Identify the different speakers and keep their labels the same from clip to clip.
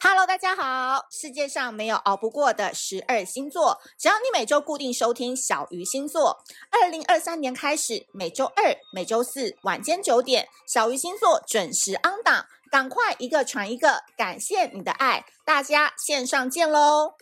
Speaker 1: Hello，大家好！世界上没有熬不过的十二星座，只要你每周固定收听小鱼星座，二零二三年开始，每周二、每周四晚间九点，小鱼星座准时 on 档，赶快一个传一个，感谢你的爱，大家线上见喽！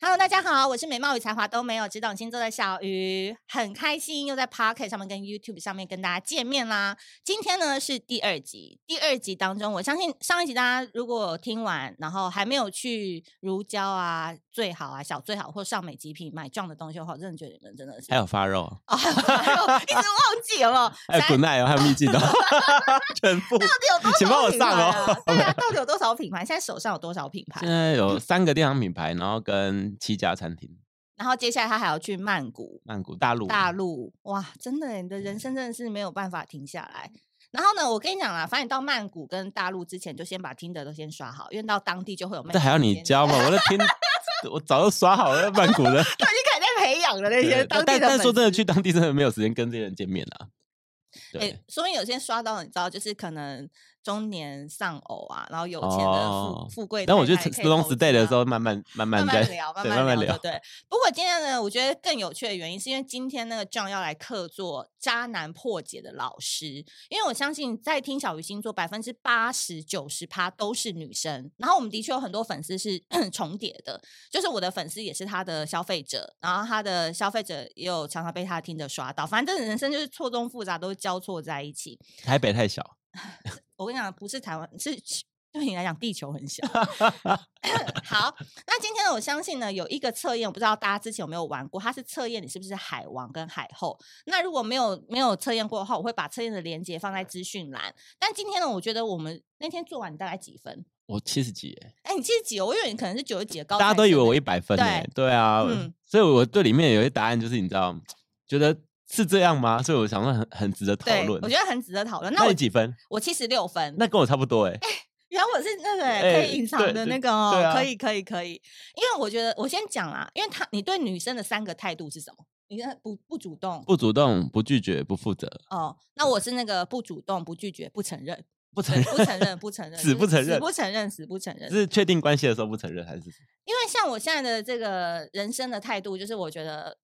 Speaker 1: Hello，大家好，我是美貌与才华都没有，只懂星座的小鱼，很开心又在 Pocket 上面跟 YouTube 上面跟大家见面啦。今天呢是第二集，第二集当中，我相信上一集大家如果听完，然后还没有去如胶啊、最好啊、小最好或上美极品买这样的东西的话，我真的觉得你们真的是
Speaker 2: 还有发肉，
Speaker 1: 哦，还有还有一直忘记 了，
Speaker 2: 还有
Speaker 1: 才
Speaker 2: good night 哦，还有 秘境的，全部。
Speaker 1: 到底有多少
Speaker 2: 请帮我
Speaker 1: 品牌
Speaker 2: 上
Speaker 1: 啊？
Speaker 2: 哦
Speaker 1: 对啊， 到底有多少品牌？现在手上有多少品牌
Speaker 2: 现？在有三个电商品牌，然后跟七家餐厅，
Speaker 1: 然后接下来他还要去曼谷，
Speaker 2: 曼谷、大陆、
Speaker 1: 大陆，哇，真的耶，欸你的
Speaker 2: 嗯
Speaker 1: 人生真的是没有办法停下来。然后呢，我跟你讲啦，反正你到曼谷跟大陆之前，就先把听的都先刷好，因为到当地就会有妹
Speaker 2: 这
Speaker 1: 子
Speaker 2: 还要你
Speaker 1: 先
Speaker 2: 教吗？我的天，我早就刷好了曼谷的。
Speaker 1: 都已经开始在培养了那些
Speaker 2: 对
Speaker 1: 哎当地
Speaker 2: 但但
Speaker 1: 的
Speaker 2: 但
Speaker 1: 粉
Speaker 2: 说真的，
Speaker 1: 丝
Speaker 2: 去当地真的没有时间跟这些人见面啊。
Speaker 1: 哎、
Speaker 2: 对，
Speaker 1: 所以有些刷到你知道，就是可能中年丧偶啊，然后有钱的富、
Speaker 2: 哦
Speaker 1: 富贵太太，
Speaker 2: 但我觉得
Speaker 1: 可以
Speaker 2: long
Speaker 1: 投资
Speaker 2: stay 的
Speaker 1: 啊
Speaker 2: 时候，慢慢慢慢
Speaker 1: 慢
Speaker 2: 再
Speaker 1: 慢聊，慢
Speaker 2: 对慢慢
Speaker 1: 聊，
Speaker 2: 聊
Speaker 1: 对。对。不过今天呢，我觉得更有趣的原因是因为今天那个 John 要来客座渣男破解的老师，因为我相信在听小鱼星座百分之八十九十趴都是女生，然后我们的确有很多粉丝是 重叠的，就是我的粉丝也是他的消费者，然后他的消费者也有常常被他听着刷到，反正人生就是错综复杂，都是交错在一起。
Speaker 2: 台北太小，
Speaker 1: 我跟你讲，不是台湾，是对你来讲，地球很 小。好，那今天呢，我相信呢，有一个测验，我不知道大家之前有没有玩过，它是测验你是不是海王跟海后。那如果没有没有测验过的话，我会把测验的链接放在资讯栏。但今天呢，我觉得我们那天做完你大概几分？
Speaker 2: 我七十几耶，
Speaker 1: 哎，你记得几哦？我以为你可能是九十几的高，
Speaker 2: 大家都以为我一百分
Speaker 1: 对
Speaker 2: 耶。对啊
Speaker 1: 嗯，
Speaker 2: 所以我对里面有些答案就是你知道，觉得是这样吗？所以我想说很很值得讨
Speaker 1: 对，
Speaker 2: 论
Speaker 1: 我。觉得很值得讨论。那
Speaker 2: 那
Speaker 1: 我
Speaker 2: 你几分？
Speaker 1: 我七十六分，
Speaker 2: 那跟我差不多哎、
Speaker 1: 原来我是那个、
Speaker 2: 哎
Speaker 1: 可以隐藏
Speaker 2: 对
Speaker 1: 的
Speaker 2: 对
Speaker 1: 那个哦，
Speaker 2: 对啊
Speaker 1: 可以可以可以，因为我觉得我先讲啦，因为他你对女生的三个态度是什么？你看不不主动
Speaker 2: 不主动、不拒绝、不负责，
Speaker 1: 哦，那我是那个不主动、不拒绝、不承认、
Speaker 2: 不承
Speaker 1: 对
Speaker 2: 认，
Speaker 1: 不承认、不承认、
Speaker 2: 死不
Speaker 1: 就是
Speaker 2: 承认
Speaker 1: 死不承认、死不承认。
Speaker 2: 是确定关系的时候不承认还是？
Speaker 1: 因为像我现在的这个人生的态度，就是我觉得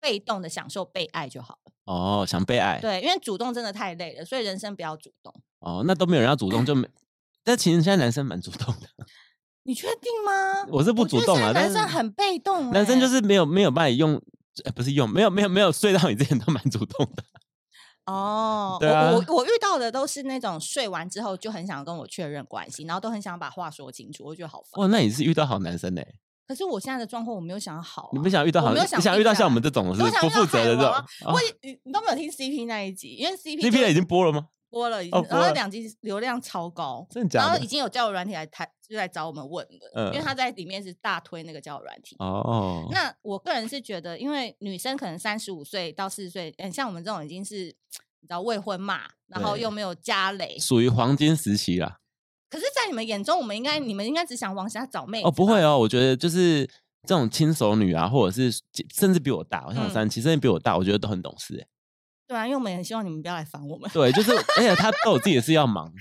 Speaker 1: 被动的享受被爱就好了。
Speaker 2: 哦，想被爱，
Speaker 1: 对，因为主动真的太累了，所以人生不要主动。
Speaker 2: 哦，那都没有人要主动就没。但其实现在男生蛮主动的，
Speaker 1: 你确定吗？
Speaker 2: 我是不
Speaker 1: 觉
Speaker 2: 主
Speaker 1: 得
Speaker 2: 动
Speaker 1: 现在
Speaker 2: 啊，
Speaker 1: 男
Speaker 2: 但
Speaker 1: 生
Speaker 2: 是
Speaker 1: 很被动、
Speaker 2: 男生就
Speaker 1: 欸
Speaker 2: 是没有没有把你用，呃不是用，没有没有没有睡到你之前都蛮主动 的。
Speaker 1: 哦，
Speaker 2: 对啊
Speaker 1: 我我我遇到的都是那种睡完之后就很想跟我确认关系，然后都很想把话说清楚，我觉得好烦。
Speaker 2: 哇，那你是遇到好男生欸呢、
Speaker 1: 可是我现在的状况，我没有想要好、啊，
Speaker 2: 你不想遇到
Speaker 1: 我
Speaker 2: 好，
Speaker 1: 没有
Speaker 2: 你
Speaker 1: 想
Speaker 2: 想
Speaker 1: 遇
Speaker 2: 遇到
Speaker 1: 到
Speaker 2: 像我们这种是
Speaker 1: 我想
Speaker 2: 不
Speaker 1: 遇到
Speaker 2: 负责
Speaker 1: 海
Speaker 2: 的这
Speaker 1: 王
Speaker 2: 种
Speaker 1: 啊。
Speaker 2: 哦
Speaker 1: 我也你你都没有听 CP 那一集，因为 CP 就
Speaker 2: CP 的已经播了吗？
Speaker 1: 播了，已经
Speaker 2: 哦
Speaker 1: 然
Speaker 2: 播
Speaker 1: 后
Speaker 2: 了
Speaker 1: 两集流量超高，
Speaker 2: 真的
Speaker 1: 然
Speaker 2: 假
Speaker 1: 后
Speaker 2: 的
Speaker 1: 已？经有交友软体来谈，就来找我们问的，因为
Speaker 2: 嗯
Speaker 1: 他在里面是大推那个交友软体。
Speaker 2: 哦，
Speaker 1: 那我个人是觉得，因为女生可能三十五岁到四十岁，嗯，像我们这种已经是你知道未婚嘛，然后
Speaker 2: 对
Speaker 1: 又没有家累，
Speaker 2: 属于黄金时期啦。
Speaker 1: 可是，在你们眼中，我们应该，你们应该只想往下找妹
Speaker 2: 哦，
Speaker 1: 子
Speaker 2: 不
Speaker 1: 吧
Speaker 2: 会哦，我觉得就是这种亲手女啊，或者是甚至比我大，我想
Speaker 1: 嗯
Speaker 2: 三七，甚至比我大，我觉得都很懂事。哎，
Speaker 1: 对啊，因为我们也很希望你们不要来烦我们。
Speaker 2: 对，就是而且他都有自己的事 要忙，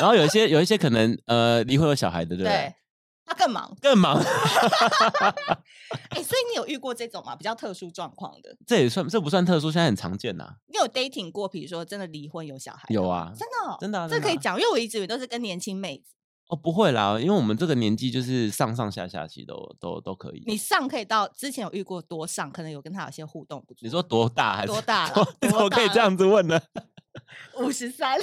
Speaker 2: 然后有一些有一些可能呃离婚有小孩的，对不对？，
Speaker 1: 他更忙。
Speaker 2: 更忙，
Speaker 1: 哎、所以你有遇过这种吗？比较特殊状况的，
Speaker 2: 这也算这不算特殊，现在很常见呐。
Speaker 1: 你有 dating 过？比如说真的离婚有小孩？
Speaker 2: 有，啊，
Speaker 1: 真的、哦，
Speaker 2: 真的啊
Speaker 1: 这
Speaker 2: 真的
Speaker 1: 可以
Speaker 2: 啊
Speaker 1: 讲，因为我一直以为都是跟年轻妹子，
Speaker 2: 哦不会啦，因为我们这个年纪就是上上下下期都都都可以。
Speaker 1: 你上可以到之前有遇过多上，可能有跟他有些互动不错。
Speaker 2: 你说多大还是
Speaker 1: 多 大啦
Speaker 2: 你怎
Speaker 1: 多
Speaker 2: 么可以
Speaker 1: 大
Speaker 2: 这
Speaker 1: 啦
Speaker 2: 样子问呢？
Speaker 1: 五十 三，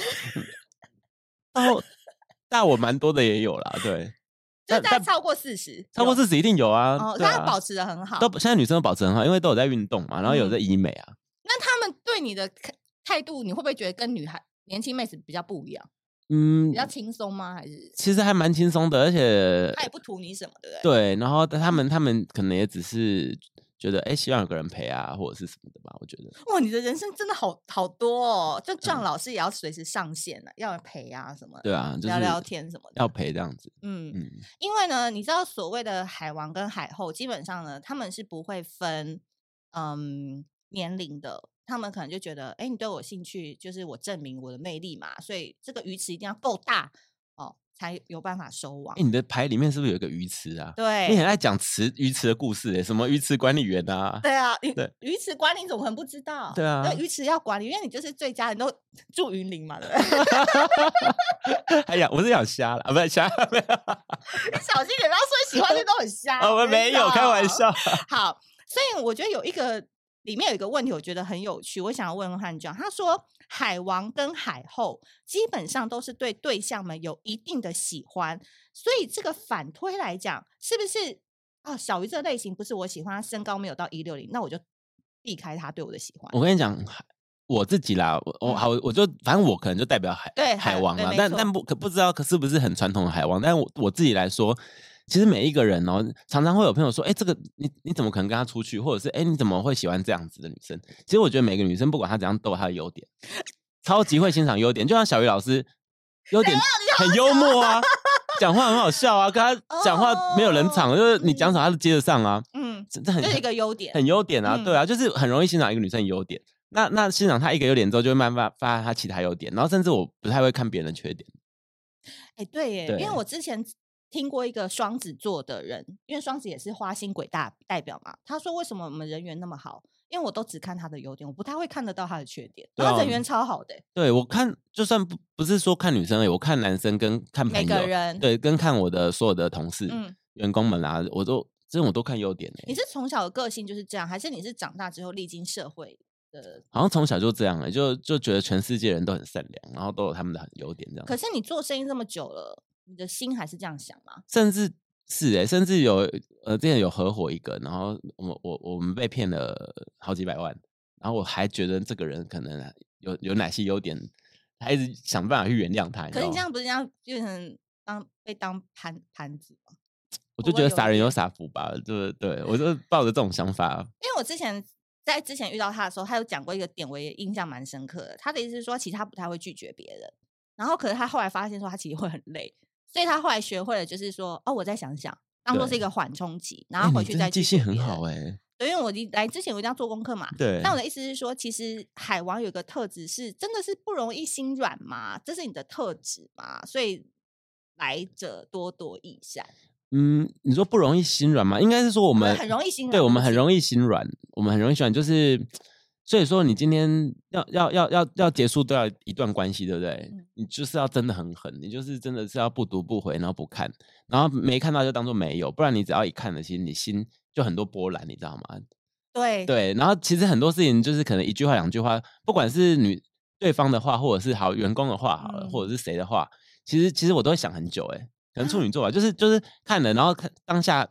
Speaker 2: 哦， 大我蛮多的也有啦， 对，
Speaker 1: 就
Speaker 2: 但
Speaker 1: 大概
Speaker 2: 但
Speaker 1: 超过四十，
Speaker 2: 超过
Speaker 1: 有
Speaker 2: 四十一定有啊。
Speaker 1: 哦，
Speaker 2: 对
Speaker 1: 但
Speaker 2: 啊
Speaker 1: 他保持的很好。嗯
Speaker 2: 都现在女生都保持很好，因为都有在运动嘛，然后有在医美啊。
Speaker 1: 那他们对你的看态度，你会不会觉得跟女孩年轻妹子比较不一样？
Speaker 2: 嗯
Speaker 1: 比，较轻松吗？还是
Speaker 2: 其实还蛮轻松的，而且
Speaker 1: 他也不图你什么，对不对？
Speaker 2: 对，然后但他
Speaker 1: 嗯
Speaker 2: 们他们可能也只是觉得哎、诶希望有个人陪啊，或者是什么的吧。我觉得
Speaker 1: 哇，你的人生真的好好多哦！就这样，老师也要随时上线了、要人陪啊什么，
Speaker 2: 嗯对啊，就是
Speaker 1: 聊聊天什么的。
Speaker 2: 要陪这样子。
Speaker 1: 嗯，
Speaker 2: 嗯，
Speaker 1: 因为呢，你知道所谓的海王跟海后，基本上呢，他们是不会分，嗯，年龄的，他们可能就觉得，哎，你对我有兴趣，就是我证明我的魅力嘛，所以这个鱼池一定要够大哦，才有办法收网
Speaker 2: 哎、。你的牌里面是不是有一个鱼池啊？你很
Speaker 1: 对，
Speaker 2: 爱讲池鱼池的故事、欸，什么鱼池管理员啊？
Speaker 1: 对啊，鱼
Speaker 2: 对
Speaker 1: 鱼池管理你怎么可能不知道？
Speaker 2: 对
Speaker 1: 那
Speaker 2: 啊
Speaker 1: 鱼池要管理，因为你就是最佳，你都住云林嘛，对不对？
Speaker 2: 还养我是养虾了啊，不是 虾，没有
Speaker 1: 你小心点，不要说喜欢的都很 瞎。
Speaker 2: 啊，我
Speaker 1: 真
Speaker 2: 没有开玩
Speaker 1: 的哦
Speaker 2: 笑。
Speaker 1: 好，所以我觉得有一个里面有一个问题，我觉得很有趣，我想要问问汉壮。他说，海王跟海后基本上都是对对象们有一定的喜欢，所以这个反推来讲，是不是哦？小鱼这类型不是我喜欢，他身高没有到一六零，那我就避开他对我的喜欢。
Speaker 2: 我跟你讲，我自己啦，我我
Speaker 1: 嗯
Speaker 2: 好，我就反正我可能就代表海
Speaker 1: 对海
Speaker 2: 海王
Speaker 1: 对
Speaker 2: 啦
Speaker 1: 没，
Speaker 2: 但
Speaker 1: 错
Speaker 2: 但不可不知道可是不是很传统的海王，但我我自己来说。其实每一个人哦，常常会有朋友说：“哎，这个你你怎么可能跟他出去？或者是哎，你怎么会喜欢这样子的女生？”其实我觉得每个女生不管她怎样都有她的优点，超级会欣赏优点。就像小鱼老师，优点很幽默啊，讲话很好笑啊，跟她讲话没有冷场，就是你讲什么她都接得上啊，
Speaker 1: 嗯，
Speaker 2: 这这很
Speaker 1: 这是一个优点。
Speaker 2: 很优点啊，
Speaker 1: 嗯
Speaker 2: 对啊，就是很容易欣赏一个女生的优点。那那欣赏她一个优点之后，就会慢慢发现她其他优点，然后甚至我不太会看别人的缺点。
Speaker 1: 哎，对耶，因为
Speaker 2: 对
Speaker 1: 我之前听过一个双子座的人，因为双子也是花心鬼大代表嘛，他说为什么我们人缘那么好？因为我都只看他的优点，我不太会看得到他的缺点。
Speaker 2: 对
Speaker 1: 然后人
Speaker 2: 啊
Speaker 1: 缘超好的耶，
Speaker 2: 对我看，就算不不是说看女生而已，我看男生跟看朋
Speaker 1: 每个
Speaker 2: 友，
Speaker 1: 人，
Speaker 2: 对，跟看我的所有的同事、
Speaker 1: 嗯，
Speaker 2: 员工们啊，我都这种我都看优点欸
Speaker 1: 你是从小的个性就是这样，还是你是长大之后历经社会的？
Speaker 2: 好像从小就这样欸就就觉得全世界人都很善良，然后都有他们的很优点这样。
Speaker 1: 可是你做生意这么久了，你的心还是这样想吗？
Speaker 2: 甚至是哎、甚至有呃，之前有合伙一个，然后我我我们被骗了好几百万，然后我还觉得这个人可能啊有有哪些优点，还一直想办法去原谅他。
Speaker 1: 可是你
Speaker 2: 知
Speaker 1: 这
Speaker 2: 道吗，
Speaker 1: 样不是这样变成当被当盘盘子吗？
Speaker 2: 我就
Speaker 1: 会
Speaker 2: 觉得
Speaker 1: 有
Speaker 2: 傻
Speaker 1: 一
Speaker 2: 人有
Speaker 1: 点
Speaker 2: 傻福吧，对对，我就抱着这种想法。
Speaker 1: 因为我之前在之前遇到他的时候，他有讲过一个点，我也印象蛮深刻的。他的意思是说，其实他不太会拒绝别人，然后可是他后来发现说，他其实会很累，所以他后来学会了，就是说，哦，我再想想，当做是一
Speaker 2: 对
Speaker 1: 个缓冲期，然
Speaker 2: 哎
Speaker 1: 后
Speaker 2: 你
Speaker 1: 回去
Speaker 2: 真
Speaker 1: 再
Speaker 2: 的记
Speaker 1: 拒
Speaker 2: 性
Speaker 1: 绝
Speaker 2: 很
Speaker 1: 别
Speaker 2: 好
Speaker 1: 人
Speaker 2: 哎、
Speaker 1: 对，因为我一来之前我一定要做功课嘛。
Speaker 2: 对
Speaker 1: 但我的意思是说，其实海王有一个特质是，真的是不容易心软嘛，这是你的特质嘛，所以来者多多益善。
Speaker 2: 嗯，你说不容易心软吗？应该是说我
Speaker 1: 我
Speaker 2: 们
Speaker 1: 很容易心软，
Speaker 2: 对我们很
Speaker 1: 易
Speaker 2: 容易心软，我们很容易心软，就是所以说你今天要要要要要结束都要一段关系，对不对？
Speaker 1: 嗯
Speaker 2: 你就是要真的很狠，你就是真的是要不读不回，然后不看，然后没看到就当做没有，不然你只要一看了，其实你心就很多波澜，你知道吗？
Speaker 1: 对
Speaker 2: 对，然后其实很多事情就是可能一句话两句话，不管是女对方的话，或者是好员工的话好了，或者
Speaker 1: 嗯
Speaker 2: 是谁的话，其实其实我都会想很久、欸，可能处女座吧，
Speaker 1: 啊
Speaker 2: 就是就是看了，然后看当下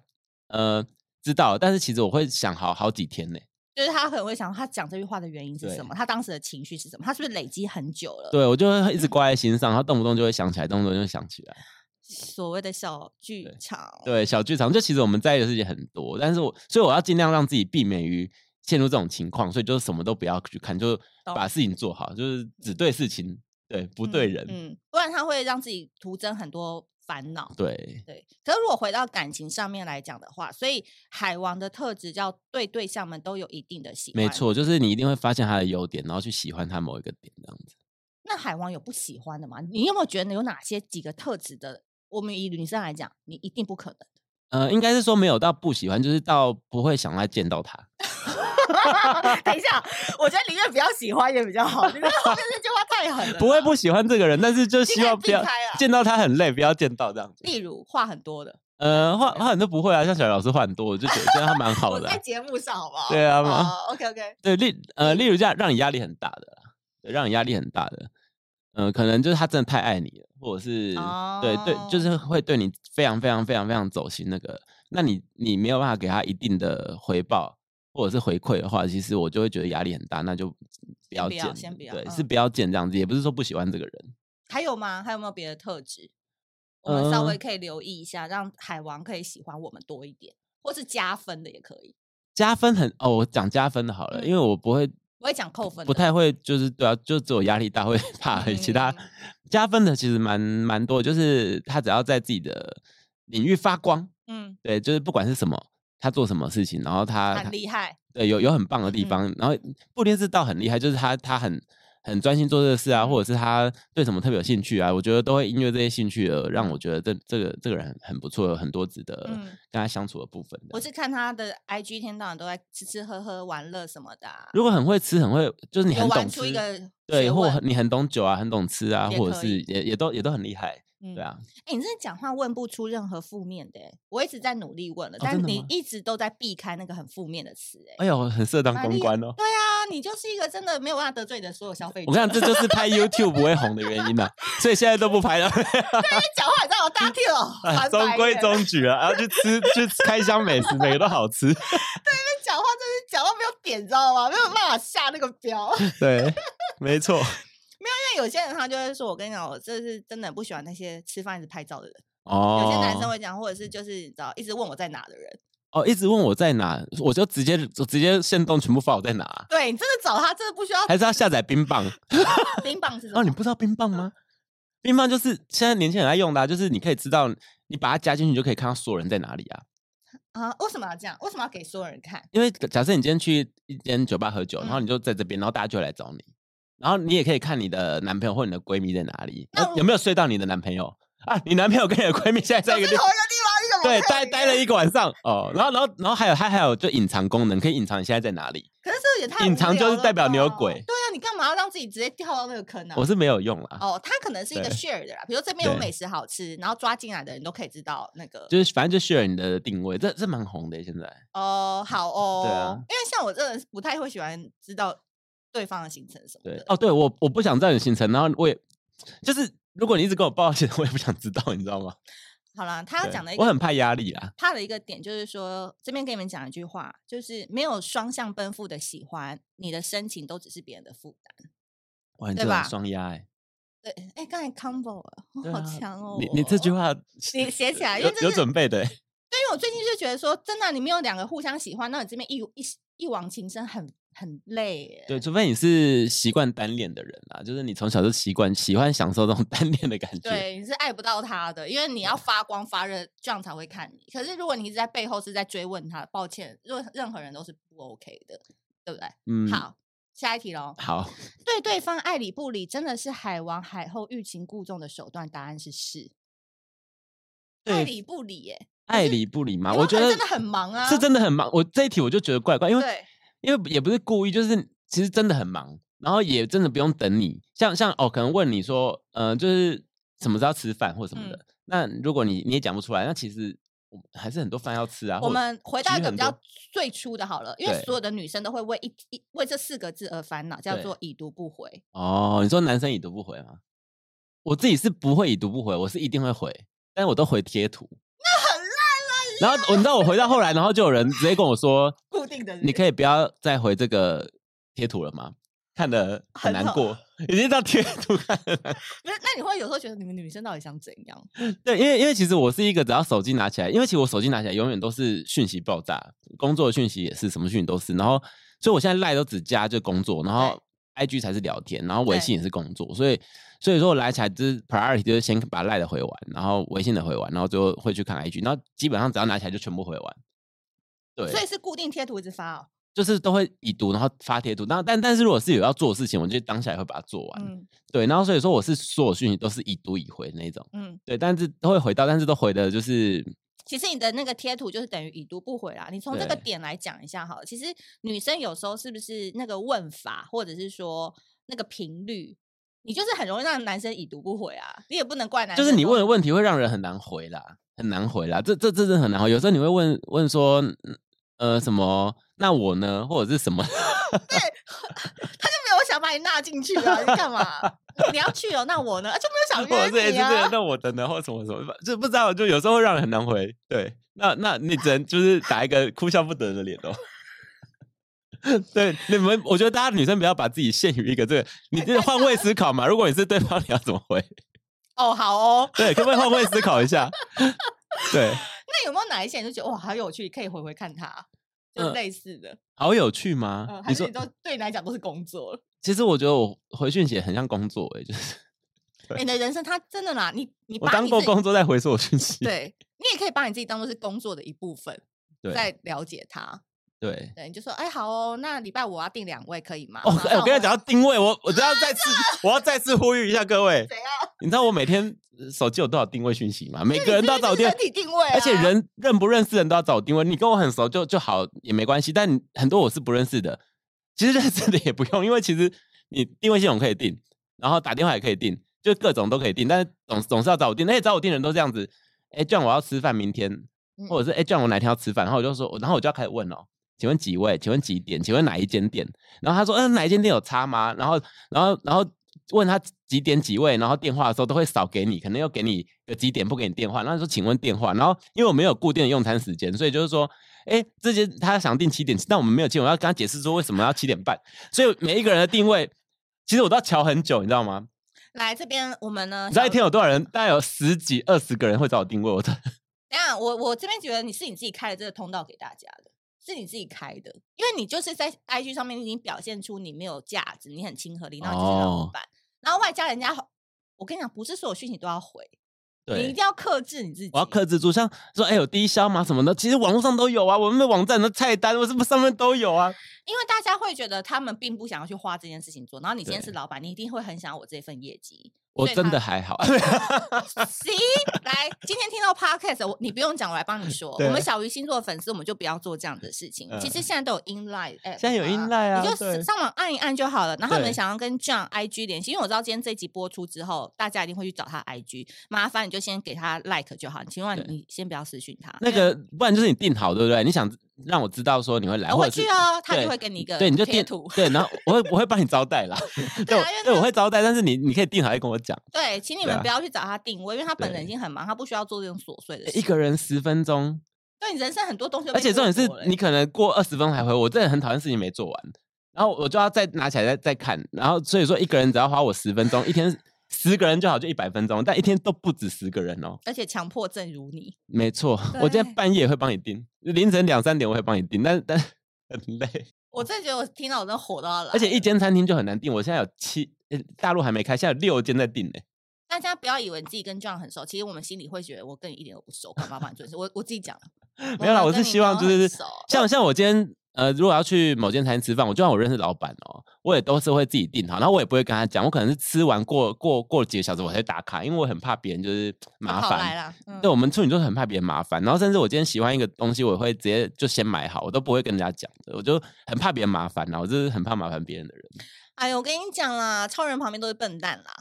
Speaker 2: 呃知道，但是其实我会想好好几天呢、
Speaker 1: 就是他可能会想，他讲这句话的原因是
Speaker 2: 对
Speaker 1: 什么？他当时的情绪是什么？他是不是累积很久了？，
Speaker 2: 对我就会一直挂在心上，然后动不动就会想起来，动不动就想起来。
Speaker 1: 所谓的小剧
Speaker 2: 对
Speaker 1: 场，
Speaker 2: 对，小剧场就其实我们在意的事情很多，但是我所以我要尽量让自己避免于陷入这种情况，所以就是什么都不要去看，就
Speaker 1: 懂
Speaker 2: 把事情做好，就是只对事情，对不对人，
Speaker 1: 嗯，嗯，不然他会让自己徒增很多烦恼。
Speaker 2: 对。
Speaker 1: 对，可是如果回到感情上面来讲的话，所以海王的特质叫对对象们都有一定的喜欢。
Speaker 2: 没。错，就是你一定会发现他的优点，然后去喜欢他某一个点，这样子。
Speaker 1: 那海王有不喜欢的吗？你有没有觉得有哪些几个特质的？我们以女生来讲，你一定不可能。
Speaker 2: 呃，应该是说没有到不喜欢，就是到不会想再见到他。
Speaker 1: 等一下，我觉得宁愿不要喜欢也比较好。你看后面这句话太狠了啦。
Speaker 2: 不会不喜欢这个人，但是就
Speaker 1: 你
Speaker 2: 希
Speaker 1: 可以
Speaker 2: 望不
Speaker 1: 啊避
Speaker 2: 要
Speaker 1: 开啊
Speaker 2: 见到他很累，不要见到这样子。
Speaker 1: 例如话很多的，
Speaker 2: 呃，话话很多不会啊，像小雨老师话很多，我就觉得觉得他蛮好
Speaker 1: 我
Speaker 2: 的
Speaker 1: 在
Speaker 2: 啊。
Speaker 1: 节目上好不好？哦
Speaker 2: 对啊嘛
Speaker 1: o k OK，
Speaker 2: 对，例呃，
Speaker 1: 嗯
Speaker 2: 例如这样让你压力很大的啦，对让你压力很大的，嗯、可能就是他真的太爱你了，或者是、对对，就
Speaker 1: 哦
Speaker 2: 是会对你非常非常非常非常走心那个，那你你没有办法给他一定的回报或者是回馈的话，其实我就会觉得压力很大，那就不要
Speaker 1: 不
Speaker 2: 见
Speaker 1: 要
Speaker 2: 了，
Speaker 1: 先不要
Speaker 2: 对，
Speaker 1: 嗯
Speaker 2: 是不要见这样子，也不是说不喜欢这个人，
Speaker 1: 还有吗？还有没有别的特质？我们稍
Speaker 2: 嗯
Speaker 1: 微可以留意一下，让海王可以喜欢我们多一点，或是加分的也可以。
Speaker 2: 加分很哦，我讲加分的好了，因为我不会
Speaker 1: 我会讲扣分的，
Speaker 2: 不太会，就是对啊，就只有压力大会怕而已，其他
Speaker 1: 嗯
Speaker 2: 加分的其实蛮蛮多的，就是他只要在自己的领域发光，
Speaker 1: 嗯
Speaker 2: 对，就是不管是什么，她做什么事情，然后她
Speaker 1: 很厉害，
Speaker 2: 对有有很棒的地
Speaker 1: 嗯
Speaker 2: 方，然后不一定是到很厉害，就是她她很很专心做这个事啊，或者是她对什么特别有兴趣啊，我觉得都会因为这些兴趣而让我觉得这这个这个人很很不错，有很多值得
Speaker 1: 嗯
Speaker 2: 跟他相处的部分这样。
Speaker 1: 我是看他的 IG 一天到晚都在吃吃喝喝、玩乐什么的啊、
Speaker 2: 如果很会吃，很会就是你
Speaker 1: 有
Speaker 2: 很
Speaker 1: 玩
Speaker 2: 懂
Speaker 1: 出一
Speaker 2: 吃，
Speaker 1: 个
Speaker 2: 对，
Speaker 1: 学
Speaker 2: 或
Speaker 1: 问
Speaker 2: 很你很懂酒啊，很懂吃啊，
Speaker 1: 也
Speaker 2: 或者
Speaker 1: 可以
Speaker 2: 是也也都也都很厉害，
Speaker 1: 嗯
Speaker 2: 对啊。
Speaker 1: 哎、你真的讲话问不出任何负面的、欸，我一直在努力问了，
Speaker 2: 哦真
Speaker 1: 但
Speaker 2: 的
Speaker 1: 你
Speaker 2: 吗
Speaker 1: 一直都在避开那个很负面的词、欸，
Speaker 2: 哎呦，很适合当
Speaker 1: 哪
Speaker 2: 公
Speaker 1: 里
Speaker 2: 关哦。
Speaker 1: 对啊，你就是一个真的没有办法得罪你的所有消费者。
Speaker 2: 我跟你讲，这就是拍 YouTube 不会红的原因呐、所以现在都不 拍了，，
Speaker 1: 讲话，你知道我大听了
Speaker 2: 哎
Speaker 1: 翻
Speaker 2: 中
Speaker 1: 白
Speaker 2: 规
Speaker 1: 眼
Speaker 2: 中矩啊，然后去吃去开箱美食，每个都好 吃。
Speaker 1: 讲话真是讲到没有点，你知道吗？没 有办法下那个标。
Speaker 2: 对，没错。
Speaker 1: 因为有些人他就会说，我跟你讲，我这是真的很不喜欢那些吃饭一直拍照的人。
Speaker 2: 哦，
Speaker 1: 有些男生会讲，或者是就是你知道一直问我在哪的人，
Speaker 2: 哦，一直问我在哪，我就直接我直接现动全部发我在哪，啊
Speaker 1: 对你真的找他真的不 需要
Speaker 2: 还是要下载 冰棒？
Speaker 1: 冰棒是什么？
Speaker 2: 哎哦，你不知道冰棒吗？冰棒就是现在年轻人在用的、啊，就是你可以知道，你把它加进去，你就可以看到所有人在哪里啊。
Speaker 1: 啊，为什么要这样？为什么要给所有人看？
Speaker 2: 因为假设你今天去一间酒吧喝酒，然
Speaker 1: 嗯
Speaker 2: 后你就在这边，然后大家就会来找你，然后你也可以看你的男朋友或你的闺蜜在哪里，
Speaker 1: 那
Speaker 2: 呃
Speaker 1: 如
Speaker 2: 有没有睡到你的男朋友啊？你男朋友跟你的闺蜜现在在一个
Speaker 1: 就是
Speaker 2: 地
Speaker 1: 同
Speaker 2: 方。
Speaker 1: 一个地方，你怎么
Speaker 2: 对，
Speaker 1: 可
Speaker 2: 待
Speaker 1: 以
Speaker 2: 待了一个晚上哦，然后然后然后还有它还有就隐藏功能，可以隐藏你现在在哪里。
Speaker 1: 可是这也太
Speaker 2: 隐
Speaker 1: 无
Speaker 2: 藏就
Speaker 1: 聊
Speaker 2: 是
Speaker 1: 了
Speaker 2: 代表你有
Speaker 1: 吧
Speaker 2: 鬼
Speaker 1: 对啊，你干嘛要让自己直接跳到那个坑呢、啊
Speaker 2: 我是没有用啦，
Speaker 1: 嗯哦，它可能是一个
Speaker 2: 对
Speaker 1: share 的啦，比如这边有
Speaker 2: 对
Speaker 1: 美食好吃，然后抓进来的人都可以知道那个。
Speaker 2: 就是反正就 share 你的定位，这这蛮红的欸现在。
Speaker 1: 哦，好哦，
Speaker 2: 对啊
Speaker 1: 因为像我真的是不太会喜欢知道对方的行程什么
Speaker 2: 对
Speaker 1: 的。
Speaker 2: 哦，对我我不想知道你行程，然后我也就是如果你一直跟我报行程，我也不想知道，你知道吗？
Speaker 1: 好啦，他要
Speaker 2: 对
Speaker 1: 讲的一
Speaker 2: 我
Speaker 1: 个
Speaker 2: 很怕压力啦。
Speaker 1: 他的一个点就是说，这边跟你们讲一句话，就是没有双向奔赴的喜欢，你的深情都只是别人的负担。
Speaker 2: 哇，你
Speaker 1: 对
Speaker 2: 这种
Speaker 1: 吧
Speaker 2: 双压哎，
Speaker 1: 对，哎，刚才 combo 啊
Speaker 2: 对
Speaker 1: 好
Speaker 2: 啊
Speaker 1: 强哦！
Speaker 2: 你你这句，话
Speaker 1: 你写起来因为
Speaker 2: 有
Speaker 1: 这
Speaker 2: 有
Speaker 1: 是
Speaker 2: 准备的欸，
Speaker 1: 对，因为我最近就觉得说，真的啊、你没有两个互相喜欢，那你这边一一一往情深很，很累耶。
Speaker 2: 对，除非你是习惯单恋的人啦，就是你从小就习惯喜欢享受这种 单恋的感觉。
Speaker 1: 对，你是爱不到他的，因为你要发光发热，这样才会看你。可是如果你一直在背后是在追问他，抱歉，任任何人都是不 OK 的，对不对？
Speaker 2: 嗯，
Speaker 1: 好，下一题喽。
Speaker 2: 好，
Speaker 1: 对对方爱理不理，真的是海王海后欲擒故纵的手段？答案是是。爱
Speaker 2: 对
Speaker 1: 理不理、耶，
Speaker 2: 爱理不理嘛，
Speaker 1: 有没
Speaker 2: 我
Speaker 1: 有可
Speaker 2: 觉
Speaker 1: 能
Speaker 2: 得
Speaker 1: 真的很忙啊
Speaker 2: 是真的很忙。我这一题我就觉得怪怪，因为
Speaker 1: 对，
Speaker 2: 因为也不是故意，就是其实真的很忙，然后也真的不用等你。像像哦，可能问你说，呃，就是什么时候要吃饭或什么
Speaker 1: 嗯
Speaker 2: 的。那如果你你也讲不出来，那其实我们还是很多饭要吃啊。
Speaker 1: 我
Speaker 2: 或者
Speaker 1: 们回到
Speaker 2: 其
Speaker 1: 一
Speaker 2: 实
Speaker 1: 个
Speaker 2: 很
Speaker 1: 比较
Speaker 2: 多
Speaker 1: 最初的好了，因为
Speaker 2: 对
Speaker 1: 所有的女生都会为一一为这四个字而烦恼，叫
Speaker 2: 对
Speaker 1: 做已读不回。
Speaker 2: 哦，你说男生已读不回吗？我自己是不会已读不回，我是一定会回，但我都回贴图。那很烂了。然后我你知道我回到后来，然后就有人直接跟我说，
Speaker 1: 固定的
Speaker 2: 你可以不要再回这个贴图了吗？看得
Speaker 1: 很
Speaker 2: 很难
Speaker 1: 好
Speaker 2: 过，已经到贴图看得很难
Speaker 1: 不是？那你会有时候觉得你们女生到底想怎样？
Speaker 2: 对，因为因为其实我是一个只要手机拿起来，因为其实我手机拿起来永远都是讯息爆炸，工作的讯息也是，什么讯息都是。然后，所以我现在赖都只加就工作，然后 IG 才是聊天，然后微
Speaker 1: 对
Speaker 2: 信也是工作，所以所以说我来起来就是 priority 就是先把赖的回完，然后微信的回完，然后最后会去看 IG，然后基本上只要拿起来就全部回完。对，
Speaker 1: 所以是固定贴图一直发哦。
Speaker 2: 就是都会已读，然后发贴图。但但但是如果是有要做的事情，我就当下也会把它做完。
Speaker 1: 嗯
Speaker 2: 对，然后所以说我是所有讯息都是已读已回那种。
Speaker 1: 嗯，
Speaker 2: 对，但是都会回到，但是都回的就是
Speaker 1: 其实你的那个贴图就是等于已读不回啦。你从这个
Speaker 2: 对
Speaker 1: 点来讲一下好了。其实女生有时候是不是那个问法，或者是说那个频率，你就是很容易让男生已读不回啊。你也不能怪男
Speaker 2: 就
Speaker 1: 生说，
Speaker 2: 是你问的问题会让人很难回啦，很难回啦，这这这真的很难回。有时候你会问问说，嗯呃，什么？那我呢？或者是什么？
Speaker 1: 他就没有想把你纳进去啊，你干嘛？你要去哦，那我呢？啊就没有
Speaker 2: 或
Speaker 1: 想
Speaker 2: 者是
Speaker 1: 约
Speaker 2: 哎
Speaker 1: 你
Speaker 2: 这个
Speaker 1: 啊
Speaker 2: 人，。那我的呢？或什么什么？就不知道，就有时候会让人很难回。对，那那你只能就是打一个哭笑不得的脸哦。 对，你们，我觉得大家女生不要把自己限于一个这个，你这换位思考嘛。如果你是对方，你要怎么回？
Speaker 1: 哦，好哦，
Speaker 2: 对，可不可以换位思考一下？ 对，
Speaker 1: 那有没有哪一些你就觉得哇，好有趣，可以回回看他，就
Speaker 2: 嗯
Speaker 1: 类似的？
Speaker 2: 好有趣吗？
Speaker 1: 嗯，还
Speaker 2: 你
Speaker 1: 是
Speaker 2: 说
Speaker 1: 你，都对你来讲都是工作了？
Speaker 2: 其实我觉得我回讯息也很像工作、欸，就是 对
Speaker 1: 你的人生，他真的啦，你你
Speaker 2: 我
Speaker 1: 把
Speaker 2: 当
Speaker 1: 你
Speaker 2: 过
Speaker 1: 自己
Speaker 2: 工作在回收我讯息。
Speaker 1: 对你也可以把你自己当做是工作的一部分。
Speaker 2: 对
Speaker 1: 再了解他。
Speaker 2: 对。
Speaker 1: 对，你就说，哎，好哦，那礼拜我要订两位，可以吗？
Speaker 2: 哦，
Speaker 1: 然
Speaker 2: 哎、我
Speaker 1: 后
Speaker 2: 跟他讲到定位，我我知道再次，我要再次呼吁一下各 位
Speaker 1: 怎样，
Speaker 2: 你知道我每天呃手机有多少定位讯息吗？每
Speaker 1: 对
Speaker 2: 个人
Speaker 1: 这
Speaker 2: 都要
Speaker 1: 就
Speaker 2: 找我
Speaker 1: 是
Speaker 2: 定
Speaker 1: 身体定位、啊
Speaker 2: 而且，人认不认识人都要找我定位，你跟我很熟就就好也没关系，但你很多我是不认识的，其实认识的也不用，因为其实你定位系统可以定，然后打电话也可以定，就各种都可以定，但是总总是要找我定，而且找我定人都这样子，哎、这样我要吃饭明天，或者是哎、这样我哪天要吃饭，然后我就说，然后我就要开始问哦。请问几位？请问几点？请问哪一间店？然后他说，嗯、哪一间店有差吗？然后，然后，然后问他几点几位，然后电话的时候都会少给你，可能又给你个几点不给你电话，然后说请问电话，然后因为我没有固定的用餐时间，所以就是说，哎，这些他想定七点，但我们没有七点，我要跟他解释说为什么要七点半，所以每一个人的定位，其实我都要瞧很久，你知道吗？
Speaker 1: 来这边我们呢，
Speaker 2: 你知道
Speaker 1: 小
Speaker 2: 一天有多少人？大概有十几、二十个人会找我定位，我
Speaker 1: 等
Speaker 2: 的
Speaker 1: 一下，我我这边觉得你是你自己开了这个通道给大家的，是你自己开的，因为你就是在 IG 上面已经表现出你没有价值，你很亲和力，然后你就是老
Speaker 2: 哦
Speaker 1: 板，然后外加人家，我跟你讲，不是所有讯息都要回，你一定
Speaker 2: 对。
Speaker 1: 要克制你自己。
Speaker 2: 我要克制住，像说哎有低消吗什么的，其实网络上都有啊，我们的网站的菜单，我是不是上面都有啊？
Speaker 1: 因为大家会觉得他们并不想要去花这件事情做，然后你今天
Speaker 2: 对
Speaker 1: 是老板，你一定会很想要我这份业绩。
Speaker 2: 我
Speaker 1: 所以
Speaker 2: 真
Speaker 1: 他
Speaker 2: 的还好，
Speaker 1: 行，来，今天听到 podcast，我你不用讲，我来 帮你说。我
Speaker 2: 对
Speaker 1: 们小鱼星座的粉丝，我们就不要做这样的事情。其实
Speaker 2: 嗯
Speaker 1: 现在都有 inline，app
Speaker 2: 现在有
Speaker 1: 啊
Speaker 2: inline 啊
Speaker 1: 你就
Speaker 2: 对
Speaker 1: 上网按一按就好了。然后你们
Speaker 2: 对
Speaker 1: 想要跟 John IG 联系，因为我知道今天这集播出之后，大家一定会去找他 IG，麻烦你就先给他 like 就好。请问
Speaker 2: 对
Speaker 1: 你先不要私讯他，
Speaker 2: 那
Speaker 1: 因为
Speaker 2: 个，不然就是你定好，对不对？你想让我知道说你会来，
Speaker 1: 我
Speaker 2: 或
Speaker 1: 会
Speaker 2: 者
Speaker 1: 去
Speaker 2: 是
Speaker 1: 哦，他
Speaker 2: 对
Speaker 1: 就会给你一个
Speaker 2: 对，你就
Speaker 1: 贴
Speaker 2: 定。
Speaker 1: 图
Speaker 2: 对，然后我会我会帮你招待啦，
Speaker 1: 对
Speaker 2: 对
Speaker 1: 啊
Speaker 2: 我
Speaker 1: 因为
Speaker 2: 对，
Speaker 1: 那
Speaker 2: 我会招待，但是你你可以定好再跟我讲，
Speaker 1: 对，请你
Speaker 2: 对
Speaker 1: 们
Speaker 2: 啊
Speaker 1: 不要去找他定位，因为他本人已
Speaker 2: 对
Speaker 1: 经很忙，他不需要做这种琐碎的事。
Speaker 2: 一个人十分钟，
Speaker 1: 对你人生很多东西都
Speaker 2: 而
Speaker 1: 被
Speaker 2: 且
Speaker 1: 剥夺
Speaker 2: 重
Speaker 1: 了
Speaker 2: 点
Speaker 1: 欸，
Speaker 2: 是你可能过二十分钟才回，我真的很讨厌事情没做完，然后我就要再拿起来再再看，然后所以说一个人只要花我十分钟，一天十个人就好，就一百分钟，但一天都不止十个人哦，
Speaker 1: 而且强迫症如你。
Speaker 2: 没错，我今
Speaker 1: 对
Speaker 2: 天半夜也会帮你定，凌晨两三点我会帮你定，但 但很累。
Speaker 1: 我真的觉得我听到我真的火到要来了，
Speaker 2: 哦而且一间餐厅就很难订，我现在有七，呃大陆还没开，现在有六间在订呢、
Speaker 1: 大家不要以为你自己跟 John 很熟，其实我们心里会觉得我跟你一点都不熟，干嘛把你准时？我我自己讲的，
Speaker 2: 没有啦，我
Speaker 1: 跟
Speaker 2: 是
Speaker 1: 你
Speaker 2: 希
Speaker 1: 没
Speaker 2: 望
Speaker 1: 有
Speaker 2: 就
Speaker 1: 很
Speaker 2: 是
Speaker 1: 熟
Speaker 2: 像像我今天呃，如果要去某间餐厅吃饭，我就算我认识老板哦，我也都是会自己订好，然后我也不会跟他讲，我可能是吃完过过过几个小时我才打卡，因为我很怕别人就是麻
Speaker 1: 跑来
Speaker 2: 烦。
Speaker 1: 啦，嗯
Speaker 2: 对，我们处女座很怕别人麻烦，然后甚至我今天喜欢一个东西，我会直接就先买好，我都不会跟人家讲的，我就很怕别人麻烦啊，我就是很怕麻烦别人的人，
Speaker 1: 哎呦，我跟你讲啦，超人旁边都是笨蛋啦，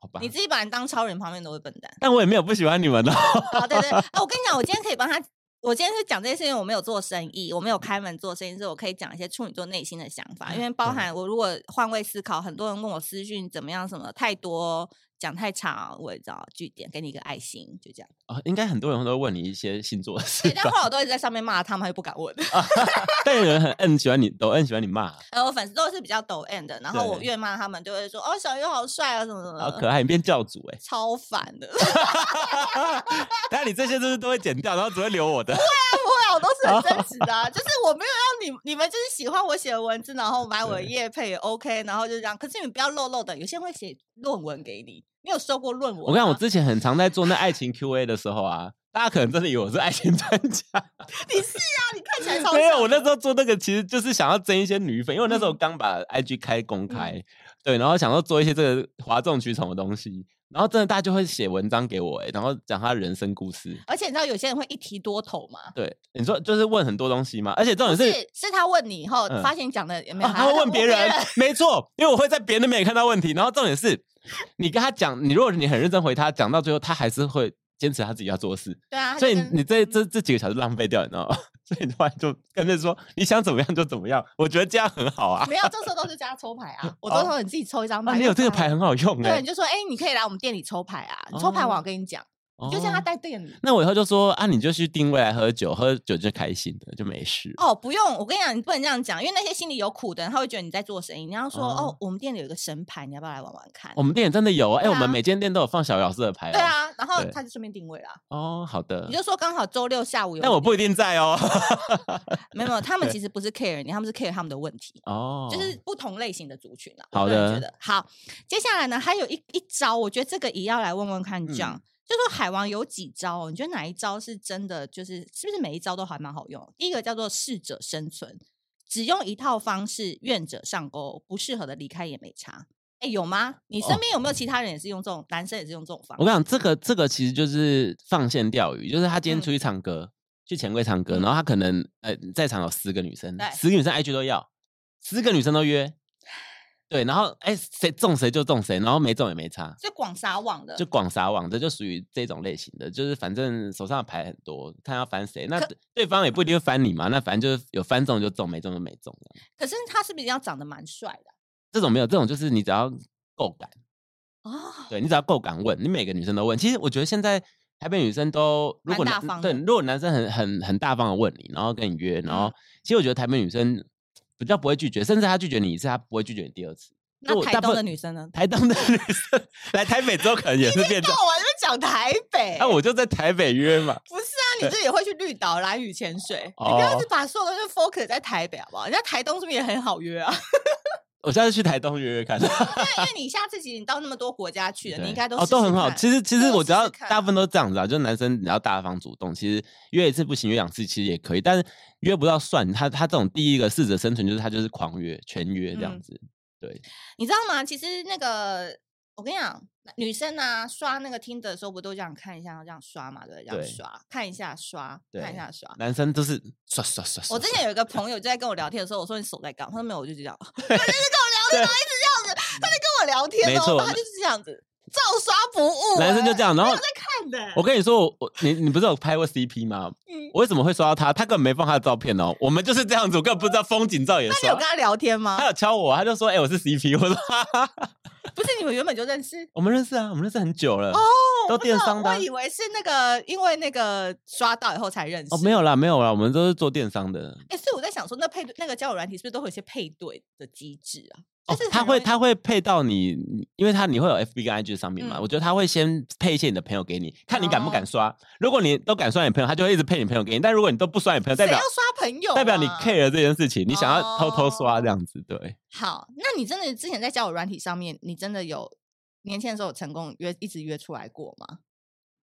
Speaker 2: 好吧。
Speaker 1: 你？自己把人当超人旁边都是笨蛋
Speaker 2: 但我也没有不喜欢你们哦。
Speaker 1: 好，对对，啊，我跟你讲，我今天可以帮他。我今天是讲这些事情，我没有做生意，我没有开门做生意，所以我可以讲一些处女座内心的想法，因为包
Speaker 2: 啊对
Speaker 1: 含我如果换位思考，很多人问我私讯怎么样，什么太多讲太长，我也知道据点，给你一个爱心，就这样。
Speaker 2: 哦，应该很多人都会问你一些星座的事
Speaker 1: 对，但后来我都一直在上面骂他们，他就不敢问。
Speaker 2: 但有人很很喜欢你，抖 N 喜欢你骂，啊
Speaker 1: 呃，我粉丝都是比较抖 M 的，然后我
Speaker 2: 对
Speaker 1: 越骂他们就会说哦，小鱼好帅啊，什么什
Speaker 2: 好
Speaker 1: 么
Speaker 2: 可
Speaker 1: 的，
Speaker 2: 爱，你变教主哎、
Speaker 1: 超烦的。
Speaker 2: 欸！但你这些是不是都会剪掉，然后只会留我 的？
Speaker 1: 不会啊，我都是很真实 的、啊，就是我没有要你，你们就是喜欢我写的文字，然后买我的
Speaker 2: 对
Speaker 1: 页配也 OK，然后就这样。可是你们不要漏漏的，有些人会写论文给你，你有收过论文吗？
Speaker 2: 我看我之前很常在做那爱情 Q&A 的时候啊，大家可能真的以为我是爱情专家，
Speaker 1: 你是啊，你看起 来超
Speaker 2: 没有，
Speaker 1: 像
Speaker 2: 我那
Speaker 1: 的
Speaker 2: 时候做那个其实就是想要争一些女粉，因为我那时候刚把 IG 开公开，对，然后想要做一些这个哗众取宠的东西，然后真的大家就会写文章给我、欸，然后讲他人生故事。
Speaker 1: 而且你知道有些人会一题多头吗？
Speaker 2: 对，你说就是问很多东西嘛，而且重点是
Speaker 1: 是是他问你以后，
Speaker 2: 嗯
Speaker 1: 发现你讲的有没有
Speaker 2: 啊，
Speaker 1: 好？
Speaker 2: 他会问别人，没错，因为我会在别人那边也看到问题。然后重点是，你跟他讲，你如果你很认真回他，讲到最后，他还是会坚持他自己要做的事。
Speaker 1: 对啊，他
Speaker 2: 所以
Speaker 1: 就
Speaker 2: 你
Speaker 1: 跟
Speaker 2: 你这这这几个小时浪费掉，你知道吗？ 所以你后来就干脆说你想怎么样就怎么样，我觉得这样很好啊。
Speaker 1: 没有，这时候都是叫他抽牌 啊，我
Speaker 2: 哦
Speaker 1: 都说你自己抽一张牌。
Speaker 2: 啊，你有这个
Speaker 1: 就发
Speaker 2: 牌很好用
Speaker 1: 对，
Speaker 2: 哎、
Speaker 1: 你就说，哎、你可以来我们店里抽牌啊，你抽牌完我
Speaker 2: 哦
Speaker 1: 跟你讲，你就叫他
Speaker 2: 哦。
Speaker 1: 带店里。
Speaker 2: 那我以后就说啊，你就去定位来喝酒，喝酒就开心的，就没事。
Speaker 1: 哦，不用，我跟你讲，你不能这样讲，因为那些心里有苦的人，他会觉得你在做生意。你要说，哦
Speaker 2: 哦
Speaker 1: 我们店里有一个神牌，你要不要来玩玩看？
Speaker 2: 我们店也真的有哦哎、
Speaker 1: 对
Speaker 2: 我们
Speaker 1: 啊
Speaker 2: 每间店都有放小姚师的牌、哦。
Speaker 1: 对，啊，然后
Speaker 2: 对
Speaker 1: 他就顺便定位啦。
Speaker 2: 哦，好的
Speaker 1: 你。就说刚好周六下午有，
Speaker 2: 但我不一定在 哦。
Speaker 1: 没有没有，他们
Speaker 2: 对
Speaker 1: 其实不是 care 你，他们是 care 他们的问题，
Speaker 2: 哦，
Speaker 1: 就是不同类型的族群啊。我
Speaker 2: 好
Speaker 1: 个人觉
Speaker 2: 的
Speaker 1: 得好。接下来呢，还有一一招，我觉得这个也要来问问看
Speaker 2: 嗯
Speaker 1: John，、就说海王有几招哦，你觉得哪一招是真的？就是是不是每一招都还蛮好用？第一个叫做适者生存，只用一套方式，愿者上钩，不适合的离开也没差。哎，有吗？你身
Speaker 2: 哦
Speaker 1: 边有没有其他人也是用这种，男生也是用这种方
Speaker 2: 我
Speaker 1: 式？
Speaker 2: 跟你讲，这个这个其实就是放线钓鱼，就是他今天
Speaker 1: 嗯
Speaker 2: 出去唱歌，去钱柜唱歌，
Speaker 1: 嗯
Speaker 2: 然后他可能呃在场有十个女生
Speaker 1: 对，
Speaker 2: 十个女生 IG 都要，十个女生都约，对，然后哎谁中谁就中谁，然后没中也没差，
Speaker 1: 就广撒网的，
Speaker 2: 就广撒网，这就属于这种类型的，就是反正手上的牌很多，看要翻谁，那
Speaker 1: 可
Speaker 2: 对对方也不一定会翻你嘛，那反正就是有翻中就中，没中就没中，这样
Speaker 1: 可是他是不是一定要长得蛮帅的
Speaker 2: 这种没有，这种就是你只要够敢。
Speaker 1: 啊？
Speaker 2: 对你只要够敢问，你每个女生都问。其实我觉得现在台北女生都如
Speaker 1: 蛮
Speaker 2: 果
Speaker 1: 大
Speaker 2: 男
Speaker 1: 方
Speaker 2: 对，
Speaker 1: 的嗯
Speaker 2: 如果男生很很很大方的问你，然后跟你约，然后、其实我觉得台北女生比较不会拒绝，甚至她拒绝你一次，她不会拒绝你第二次。就
Speaker 1: 那
Speaker 2: 我
Speaker 1: 台
Speaker 2: 大部
Speaker 1: 东的
Speaker 2: 分
Speaker 1: 女生呢？
Speaker 2: 台东的女生 来台北之后，可能也是变成
Speaker 1: 那我这边讲台北，
Speaker 2: 那、啊我就在台北约嘛。
Speaker 1: 不是啊，你自己也会去绿岛、蓝屿潜水，你不
Speaker 2: 哦
Speaker 1: 要是把所有东西 focus 在台北好不好？人家台东是不是也很好约啊？
Speaker 2: 我下次去台东约约看。
Speaker 1: 因为你下次其实你到那么多国家去了，你应该都
Speaker 2: 哦
Speaker 1: 试
Speaker 2: 都
Speaker 1: 试
Speaker 2: 很好。
Speaker 1: 看
Speaker 2: 其实其
Speaker 1: 对
Speaker 2: 实
Speaker 1: 我
Speaker 2: 我
Speaker 1: 试
Speaker 2: 只要
Speaker 1: 试看
Speaker 2: 大部分都这样子啊，就是男生你要大方主动，其实约一次不行，约两次其实也可以，但是约不到算他他这种第一个适者生存就是他就是狂约全约这样
Speaker 1: 嗯
Speaker 2: 子。对，
Speaker 1: 你知道吗？其实那个我跟你讲，女生啊刷那个听的时候，不都这样看一下，这样刷嘛，对不对？这样
Speaker 2: 对
Speaker 1: 刷，看一下刷，看一
Speaker 2: 对
Speaker 1: 下刷。
Speaker 2: 男生都是刷刷刷刷。
Speaker 1: 我之
Speaker 2: 刷
Speaker 1: 前有一个朋友就在跟我聊天的时候，我说你手在干嘛？他说没有，我就这样。 他就是跟我聊天，然后一直这样子，他在跟我聊天哦，
Speaker 2: 没
Speaker 1: 然后
Speaker 2: 错
Speaker 1: 他就是这样子，照刷不误、
Speaker 2: 男生就
Speaker 1: 欸
Speaker 2: 这样，然后
Speaker 1: 看的、
Speaker 2: 我跟你说，我我你你不是有拍过 CP 吗？
Speaker 1: 嗯
Speaker 2: 我为什么会刷到他？他根本没放他的照片哦，我们就是这样子，我根本不知道风景照也
Speaker 1: 那你有
Speaker 2: 刷
Speaker 1: 跟。他聊天吗
Speaker 2: 他？有敲我，他就说：“哎、我是 CP。”我说哈哈哈
Speaker 1: 不是，你们原本就认识。：“
Speaker 2: 我们认识啊，我们认识很久了。”
Speaker 1: 哦，
Speaker 2: 都
Speaker 1: 我不知
Speaker 2: 电
Speaker 1: 道
Speaker 2: 商的啊
Speaker 1: 我以为是那个，因为那个刷到以后才认识。
Speaker 2: 哦，没。有啦，没有啦，我们都是做电商的。
Speaker 1: 哎、所以我在想说，那配对那个交友软体是不是都会有一些配对的机制啊？
Speaker 2: 哦
Speaker 1: 就是，
Speaker 2: 他
Speaker 1: 很
Speaker 2: 会
Speaker 1: 容易
Speaker 2: 他会配到你，因为他你会有 FB 跟 IG 上面嘛，
Speaker 1: 嗯
Speaker 2: 我觉得他会先配一些你的朋友给你，看你敢不
Speaker 1: 哦
Speaker 2: 敢刷。如果你都敢刷你朋友，他就会一直配你朋友给你；但如果你都不刷你朋友，代
Speaker 1: 谁
Speaker 2: 表
Speaker 1: 要刷朋友、啊？哦
Speaker 2: 代表你 care 这件事情，你想要偷偷刷这样子，对。
Speaker 1: 好，那你真的之前在交友软体上面，你真的有年轻的时候有成功约一直约出来过吗？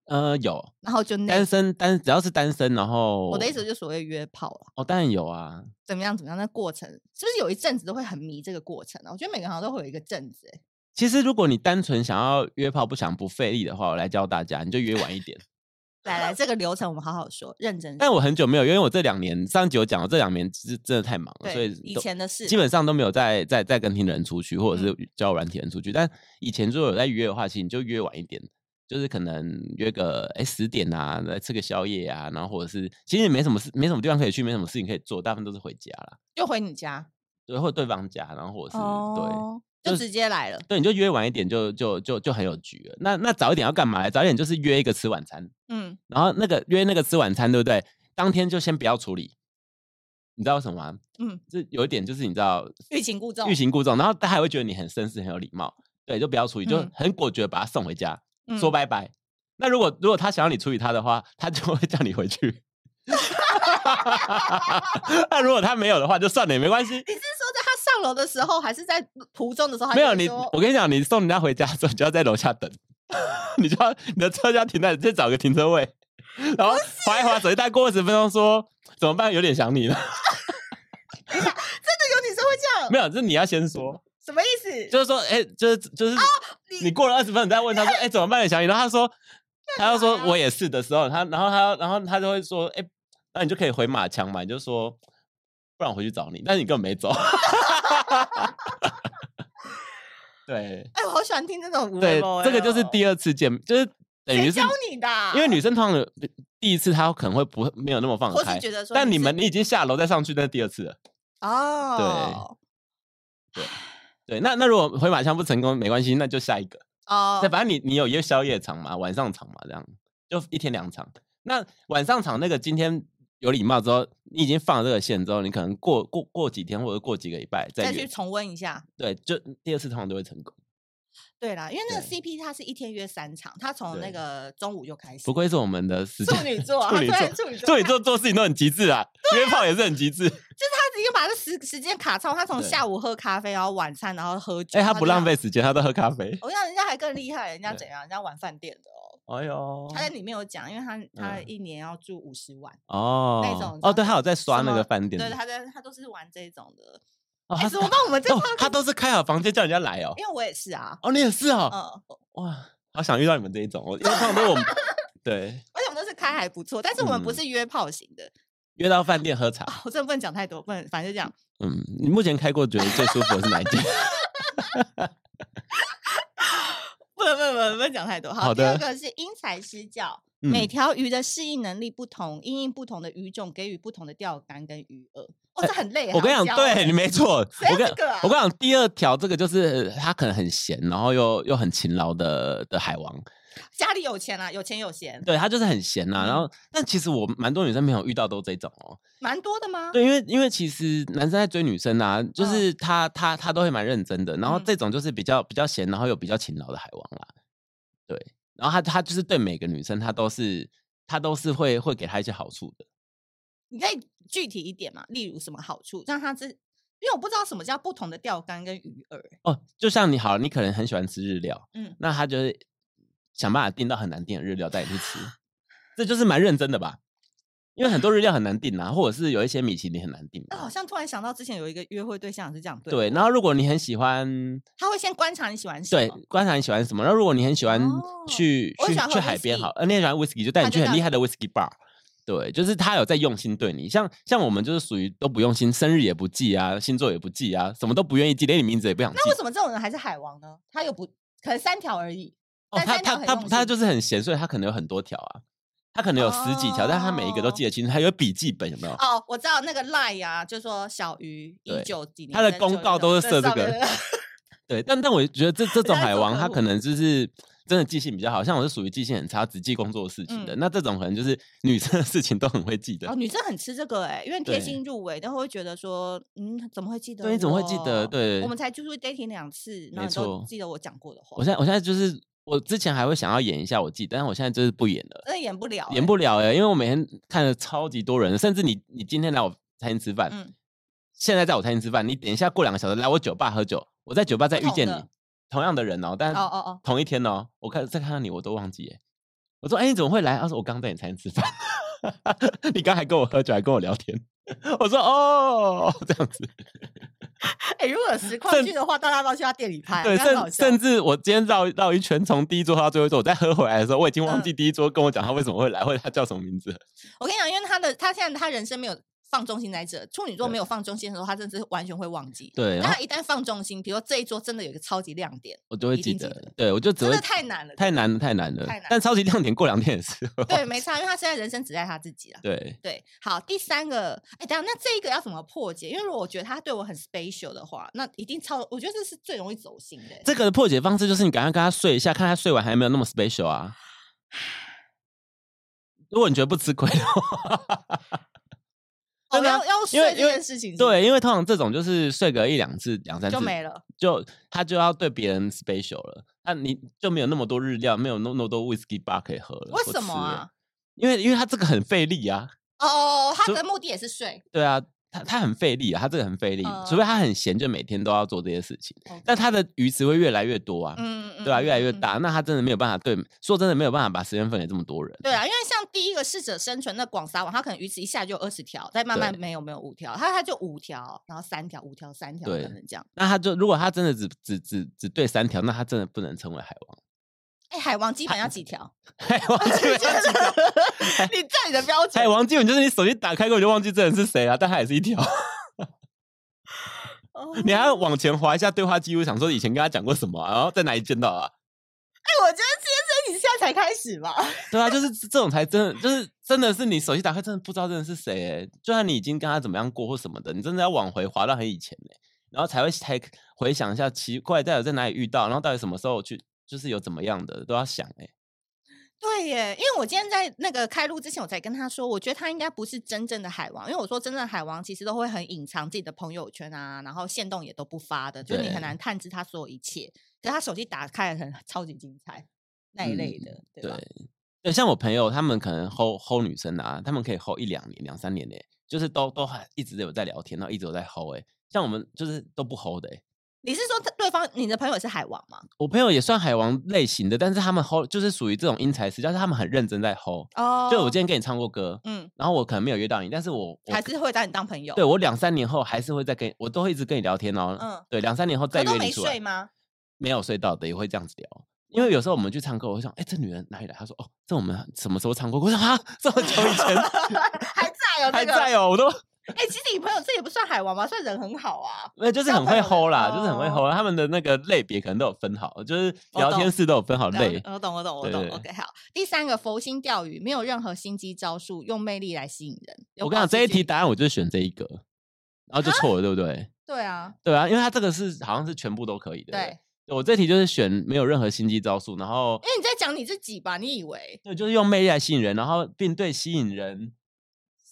Speaker 2: 呃，有
Speaker 1: 然后就那
Speaker 2: 单身单只要是单身，然后
Speaker 1: 我的意思就是所谓约炮了，
Speaker 2: 哦，当然有啊，
Speaker 1: 怎么样怎么样？那过程是不是有一阵子都会很迷这个过程啊？我觉得每个人好像都会有一个阵子、欸，
Speaker 2: 其实，如果你单纯想要约炮不想不费力的话，我来教大家，你就约 晚一点。
Speaker 1: 来 来，这个流程我们好好说，认真说。
Speaker 2: 但我很久没有，因为我这两年上一集有讲，我这两年是真的太忙了，所
Speaker 1: 对，
Speaker 2: 以
Speaker 1: 以
Speaker 2: 都
Speaker 1: 前的事，
Speaker 2: 基本上都没有在在在跟听的人出去，或者是交友软体人出去。但以前如果有在约的话，其实你就约晚一点，就是可能约个哎十点啊，来吃个宵夜啊，然后或者是其实也没什么事，没什么地方可以去，没什么事情可以做，大部分都是回家啦，
Speaker 1: 就回你家，
Speaker 2: 对，或者对方家，然后或者是、
Speaker 1: 哦，就
Speaker 2: 就是
Speaker 1: 直接来了，
Speaker 2: 对对，你就约晚一点就就就就很有局了。那那早一点要干嘛嘞？早一点就是约一个吃晚餐，
Speaker 1: 嗯，
Speaker 2: 然后那个约那个吃晚餐，对不对？当天就先不要处理，你知道为什么吗？
Speaker 1: 嗯，
Speaker 2: 这有一点就是你知道
Speaker 1: 欲擒故纵，
Speaker 2: 欲擒故纵，然后他还会觉得你很绅士、很有礼貌，对，就不要处理，就
Speaker 1: 嗯
Speaker 2: 很果决地把他送回家，
Speaker 1: 嗯
Speaker 2: 说拜拜。那如果如果他想要你处理他的话，他就会叫你回去。 那如果他没有的话，就算了，也没关系。
Speaker 1: 你是说在他上楼的时候，还是在途中的时候？他
Speaker 2: 没
Speaker 1: 就
Speaker 2: 有
Speaker 1: 会
Speaker 2: 你，
Speaker 1: 说哎
Speaker 2: 我跟你讲，你送人家回家的时候，你就要在楼下等， 你就要你的车就要停在，再找个停车位，然后划一划手机，大概过二十分钟说怎么办？有点想你了。
Speaker 1: 真的有女生会这样，
Speaker 2: 没有，这你要先说，
Speaker 1: 什么意思？
Speaker 2: 就是说，哎、就是就是。你
Speaker 1: 哦你
Speaker 2: 过了二十分，你再 问他说：“哎、怎么办？”想你，然后他说，他就说
Speaker 1: 来啊
Speaker 2: 我也是的时候，他然后他然后他就会说：“哎、那你就可以回马枪嘛，你就说，不然我回去找你。”但是你根本没走。 对
Speaker 1: 哎，我好喜欢听这种无
Speaker 2: 对
Speaker 1: 为不，为
Speaker 2: 这个就是
Speaker 1: 哦
Speaker 2: 第二次见面，就是等于
Speaker 1: 谁
Speaker 2: 是
Speaker 1: 教你的啊？
Speaker 2: 因为女生通常有第一次她可能会不没有那么放
Speaker 1: 或
Speaker 2: 开
Speaker 1: 是，觉得说是，
Speaker 2: 但你们你已经下楼再上去，那是第二次了。
Speaker 1: 哦，
Speaker 2: 对，那那如果回马枪不成功没关系，那就下一个。
Speaker 1: 哦
Speaker 2: 对，，反正你你有约宵夜场嘛，晚上场嘛，这样就一天两场。那晚上场那个今天有礼貌之后，你已经放了这个线之后，你可能过过过几天或者过几个礼拜再
Speaker 1: 再
Speaker 2: 约
Speaker 1: 去，重温一下。
Speaker 2: 对，就第二次通常都会成功。
Speaker 1: 对啦，因为那个
Speaker 2: 对
Speaker 1: CP 他是一天约三场，他从那
Speaker 2: 对
Speaker 1: 个中午就开始。
Speaker 2: 不愧是我们的时
Speaker 1: 处
Speaker 2: 间，
Speaker 1: 女座啊，
Speaker 2: 处
Speaker 1: 他
Speaker 2: 女
Speaker 1: 虽然
Speaker 2: 座
Speaker 1: 处女座，
Speaker 2: 处女座做事情都很极致 啊，约炮也是很极致。
Speaker 1: 他直接把这时时间卡超，他从
Speaker 2: 对
Speaker 1: 下午喝咖啡，然后晚餐，然后喝酒。
Speaker 2: 哎，他不
Speaker 1: 就
Speaker 2: 浪
Speaker 1: 让
Speaker 2: 费。时间，他都喝咖啡。
Speaker 1: 我跟你讲人家还更厉害，人家
Speaker 2: 对
Speaker 1: 怎样？人家玩饭店的哦。
Speaker 2: 哎呦，
Speaker 1: 他在里面有讲，因为他他
Speaker 2: 嗯
Speaker 1: 一年要住五十万，
Speaker 2: 哦
Speaker 1: 种
Speaker 2: 哦，对，他有在刷
Speaker 1: 什
Speaker 2: 那
Speaker 1: 么
Speaker 2: 个饭店，
Speaker 1: 对，他在他都是玩这种的。
Speaker 2: 哦，
Speaker 1: 哎，
Speaker 2: 他
Speaker 1: 怎么办？我们这
Speaker 2: 哦，他都是开好房间叫人 家来哦，
Speaker 1: 因为我也是啊，
Speaker 2: 哦，你也是哦，
Speaker 1: 嗯，
Speaker 2: 哇，好想遇到你们这一种，哦我因为他们 都我们对
Speaker 1: 而且我们都是开还不错，但是我们不
Speaker 2: 嗯
Speaker 1: 是约炮型的。
Speaker 2: 约到饭店喝茶，
Speaker 1: 啊，我真的不能讲太多，不能，反正就这样。
Speaker 2: 嗯，你目前开过觉得最舒服的是哪一间？
Speaker 1: 不能不能不能不能讲太多。好，
Speaker 2: 好
Speaker 1: 第二
Speaker 2: 的
Speaker 1: 个是因材施教，
Speaker 2: 嗯
Speaker 1: 每条鱼的适应能力不同，因应不同的鱼种，给予不同的钓竿跟鱼饵。哦，这很累。
Speaker 2: 呃我跟
Speaker 1: 还要
Speaker 2: 你讲，
Speaker 1: 教
Speaker 2: 对
Speaker 1: 欸
Speaker 2: 你没错。
Speaker 1: 谁要
Speaker 2: 我跟
Speaker 1: 这个啊
Speaker 2: 我跟你讲，第二条这个就是他可能很闲，然后又又很勤劳的的海王，
Speaker 1: 家里有钱啊，有钱有闲，
Speaker 2: 对他就是很闲呐、然
Speaker 1: 嗯
Speaker 2: 后，但其实我蛮多女生朋友遇到都这种哦。
Speaker 1: 蛮多的吗？
Speaker 2: 对，因为因为其实男生在追女生啊，就
Speaker 1: 嗯
Speaker 2: 是他、他他都会蛮认真的，然后
Speaker 1: 嗯
Speaker 2: 这种就是比较比较闲，然后又比较勤劳的海王啦。对，然后他他就是对每个女生他都是他都是会会给他一些好处的。
Speaker 1: 你可以具体一点嘛？例如什么好处，让他知，因为我不知道什么叫不同的钓竿跟鱼饵。
Speaker 2: 哦，就像你好，你可能很喜欢吃日料，
Speaker 1: 嗯
Speaker 2: 嗯，那他就是想办法订到很难订的日料带你 去吃，这就是蛮认真的吧？因为很多日料很难订啊，或者是有一些米其林很难订
Speaker 1: 那
Speaker 2: 嘛。
Speaker 1: 好像突然想到之前有一个约会对象也是这样对哦
Speaker 2: 对，
Speaker 1: 我
Speaker 2: 然后如果你很喜欢，
Speaker 1: 他会先观察你喜欢什
Speaker 2: 对
Speaker 1: 么，，
Speaker 2: 观察你喜欢什么。然后如果你很喜欢
Speaker 1: 哦
Speaker 2: 去、
Speaker 1: 我很喜
Speaker 2: 去
Speaker 1: 欢
Speaker 2: 去
Speaker 1: 喝
Speaker 2: 海边，
Speaker 1: whisky
Speaker 2: 好，呃，你很喜欢 whisky，就带
Speaker 1: 他
Speaker 2: 你
Speaker 1: 就
Speaker 2: 去很
Speaker 1: 带
Speaker 2: 厉害的 whisky bar。对，就是他有在用心对你，像像我们就是属于都不用心，生日也不记啊，星座也不记啊，什么都不愿意记，连你名字也不想记。
Speaker 1: 那为什么这种人还是海王呢？他又不可能三条而已。
Speaker 2: 哦，
Speaker 1: 但
Speaker 2: 他
Speaker 1: 三条
Speaker 2: 他
Speaker 1: 很
Speaker 2: 他
Speaker 1: 用
Speaker 2: 他
Speaker 1: 心
Speaker 2: 就是很闲，所以他可能有很多条啊，他可能有十几条，但他每一个都记得清楚，还有笔记本有没有？
Speaker 1: 哦，我知道那个 line 啊，就说小鱼一
Speaker 2: 对
Speaker 1: 九几年
Speaker 2: 他的
Speaker 1: 生
Speaker 2: 公
Speaker 1: 就那
Speaker 2: 告
Speaker 1: 种
Speaker 2: 都是
Speaker 1: 对
Speaker 2: 设这
Speaker 1: 上面
Speaker 2: 个
Speaker 1: 的
Speaker 2: 对，但但我觉 得这这种
Speaker 1: 家
Speaker 2: 海
Speaker 1: 做
Speaker 2: 王
Speaker 1: 客
Speaker 2: 他
Speaker 1: 户
Speaker 2: 可能就是真的记性比较好，像我是属于记性很差，只记工作的事情的，那这种可能就是女生的事情都很会记得
Speaker 1: 嗯哦，。女生很吃这个哎、因为贴
Speaker 2: 对
Speaker 1: 心入微，但会觉得说，嗯，怎么会记得？
Speaker 2: 对，你怎么会记得？，对
Speaker 1: 哦我，们才就是 dating 两次，然后
Speaker 2: 没
Speaker 1: 你都
Speaker 2: 错
Speaker 1: 记得我讲过的话，
Speaker 2: 我现在我现在就是我之前还会想要演一下我记得，但我现在就是不演了。
Speaker 1: 真的演不了、哦
Speaker 2: 演。不了哎、因为我每天看了超级多人，甚至你你今天来我餐厅吃饭，
Speaker 1: 嗯
Speaker 2: 现在在我餐厅吃饭，你等一下过两个小时来我酒吧喝酒，我在酒吧再
Speaker 1: 不
Speaker 2: 遇
Speaker 1: 同
Speaker 2: 见
Speaker 1: 的
Speaker 2: 你，同样的人哦，但
Speaker 1: 哦哦哦，
Speaker 2: 同一天哦，我看再看到你我都忘记哎，我说哎、你怎么会来？他说我刚在你餐厅吃饭， 你刚还跟我喝酒还跟我聊天，我说哦这样子，
Speaker 1: 哎、如果有实况
Speaker 2: 甚
Speaker 1: 剧的话，大家都去他店里拍，
Speaker 2: 对，
Speaker 1: 这样哎好
Speaker 2: 甚
Speaker 1: 笑
Speaker 2: 甚至我今天绕绕一圈，从第一桌到最后一桌，我再喝回来的时候，我已经忘
Speaker 1: 嗯
Speaker 2: 记第一桌跟我讲他为什么会来，或者他叫什么名字了。
Speaker 1: 我跟你讲，因为他的他现在他人生没有放重心在这，处女座
Speaker 2: 对
Speaker 1: 没有放重心的时候，他真的是完全会忘记。
Speaker 2: 对然
Speaker 1: 但
Speaker 2: 后
Speaker 1: 他一旦放重心，比如说这一桌真的有一个超级亮点，
Speaker 2: 我就会
Speaker 1: 一
Speaker 2: 记
Speaker 1: 定记
Speaker 2: 得
Speaker 1: 得
Speaker 2: 了，对我就只
Speaker 1: 真
Speaker 2: 会
Speaker 1: 的太难了，
Speaker 2: 太难了，太难了。
Speaker 1: 太难
Speaker 2: 但超级亮点过两天也是。哦
Speaker 1: 对，没差，因为他现在人生只在他自己了。
Speaker 2: 对，
Speaker 1: 对，好，第三个，哎，等一下，那这一个要怎么破解？因为如果我觉得他对我很 special 的话，那一定超，我觉得这是最容易走心的。
Speaker 2: 这个的破解方式就是你赶快跟他睡一下，看他睡完还有没有那么 special 啊。如果你觉得不吃亏的话，
Speaker 1: 哦
Speaker 2: 真的啊
Speaker 1: 要要
Speaker 2: 因为
Speaker 1: 睡这
Speaker 2: 因为
Speaker 1: 件事情是不是
Speaker 2: 对，因为通常这种就是睡个一两次、两三次
Speaker 1: 就没了。
Speaker 2: 就他就要对别人 special 了，那你就没有那么多日料，没有那么多 whisky bar 可以喝了。
Speaker 1: 为
Speaker 2: 或
Speaker 1: 什么
Speaker 2: 吃了
Speaker 1: 啊？？
Speaker 2: 因为因为他这个很费力啊。
Speaker 1: 哦，他
Speaker 2: 就
Speaker 1: 的目的也是睡。
Speaker 2: 对啊，他他很费力啊，他这个很费力，除
Speaker 1: 嗯
Speaker 2: 非他很闲，就每天都要做这些事情，
Speaker 1: OK
Speaker 2: 但他的鱼池会越来越多啊，
Speaker 1: 嗯，嗯
Speaker 2: 对啊，越来越。
Speaker 1: 嗯嗯嗯
Speaker 2: 大，那他真的没有办法对，说真的没有办法把时间分给这么多人，
Speaker 1: 对啊，因为像第一个适者生存那广撒网，他可能鱼池一下就二十条，再慢慢
Speaker 2: 对
Speaker 1: 没有没有五条，他他就五条，然后三条，五条，三条，
Speaker 2: 对
Speaker 1: 可能这样。
Speaker 2: 那他就如果他真的只只只只对三条，那他真的不能成为海 王，
Speaker 1: 哎，海王基本要几 条？
Speaker 2: 海王 基本上几条
Speaker 1: 你在你的标准
Speaker 2: 海王基本就是你手机打开过你就忘记这人是谁了、但他也是一条，
Speaker 1: 哦
Speaker 2: 你还要往前滑一下对话记录，想说以前跟他讲过什么啊、然后在哪里见到啊？
Speaker 1: 我觉得先生，你现在才开始吧？
Speaker 2: 对啊，就是这这种才真的，就是真的是你手机打开，真的不知道这人是谁哎、就算你已经跟他怎么样过或什么的，你真的要往回滑到很以前哎、然后才会才回想一下，奇怪，到底在哪里遇到，然后到底什么时候去，就是有怎么样的都要想哎、
Speaker 1: 对耶，因为我今天在那个开录之前，我才跟他说，我觉得他应该不是真正的海王，因为我说真正的海王其实都会很隐藏自己的朋友圈啊，然后线动也都不发的，就是你很
Speaker 2: 对
Speaker 1: 难探知他所有一切。可是他手机打开很 超级精彩那一类
Speaker 2: 嗯
Speaker 1: 的，对吧？
Speaker 2: 对对，像我朋友他们可能 hold hold 女生啊，他们可以 hold 一两年、两三年哎、就是都都还一直有在聊天，然后一直有在 hold 哎、像我们就是都不 hold 的、欸，
Speaker 1: 你是说他对方你的朋友是海王吗？
Speaker 2: 我朋友也算海王类型的，但是他们 hold 就是属于这种因材施教，就是他们很认真在 hold。
Speaker 1: 哦
Speaker 2: 就我今天跟你唱过歌，
Speaker 1: 嗯，
Speaker 2: 然后我可能没有约到你，但是我我
Speaker 1: 还是会当你当朋友。
Speaker 2: 对，我两三年后还是会再跟你，我都会一直跟你聊天哦。
Speaker 1: 嗯
Speaker 2: 对，两三年后再
Speaker 1: 可都
Speaker 2: 约
Speaker 1: 没
Speaker 2: 你出来
Speaker 1: 睡， 吗？嗯
Speaker 2: 没有睡到的也会这样子聊。因为有时候我们去唱歌，我会想，哎、这女人哪里来？她说，哦，这我们什么时候唱过？我说啊，这么久以前
Speaker 1: 还在哦，
Speaker 2: 还
Speaker 1: 这个
Speaker 2: 在哦，我 都
Speaker 1: 哎、其实你朋友这也不算海王吧，算人很好啊。
Speaker 2: 那就是
Speaker 1: 交
Speaker 2: 很
Speaker 1: 朋
Speaker 2: 会
Speaker 1: 友的
Speaker 2: hold 啦，就是很会
Speaker 1: 哦
Speaker 2: hold 啦。他们的那个类别可能都有分好，就是
Speaker 1: 我
Speaker 2: 聊天
Speaker 1: 懂
Speaker 2: 室都有分好
Speaker 1: 了解
Speaker 2: 类。
Speaker 1: 我懂，我懂，我
Speaker 2: 对
Speaker 1: 懂。
Speaker 2: 对对
Speaker 1: OK，好。第三个，佛心钓鱼，没有任何心机招数，用魅力来吸引人。有
Speaker 2: 我跟你
Speaker 1: 保
Speaker 2: 讲，
Speaker 1: 持
Speaker 2: 这
Speaker 1: 距
Speaker 2: 一题
Speaker 1: 离，啊
Speaker 2: 答案我就是选这一个，然后就错了，对不对？
Speaker 1: 对啊，
Speaker 2: 对啊，因为它这个是好像是全部都可以的。
Speaker 1: 对，
Speaker 2: 不对，我这题就是选没有任何心机招数，然后
Speaker 1: 因为你在讲你自己吧，你以为
Speaker 2: 对，就是用魅力来吸引人，然后并对吸引人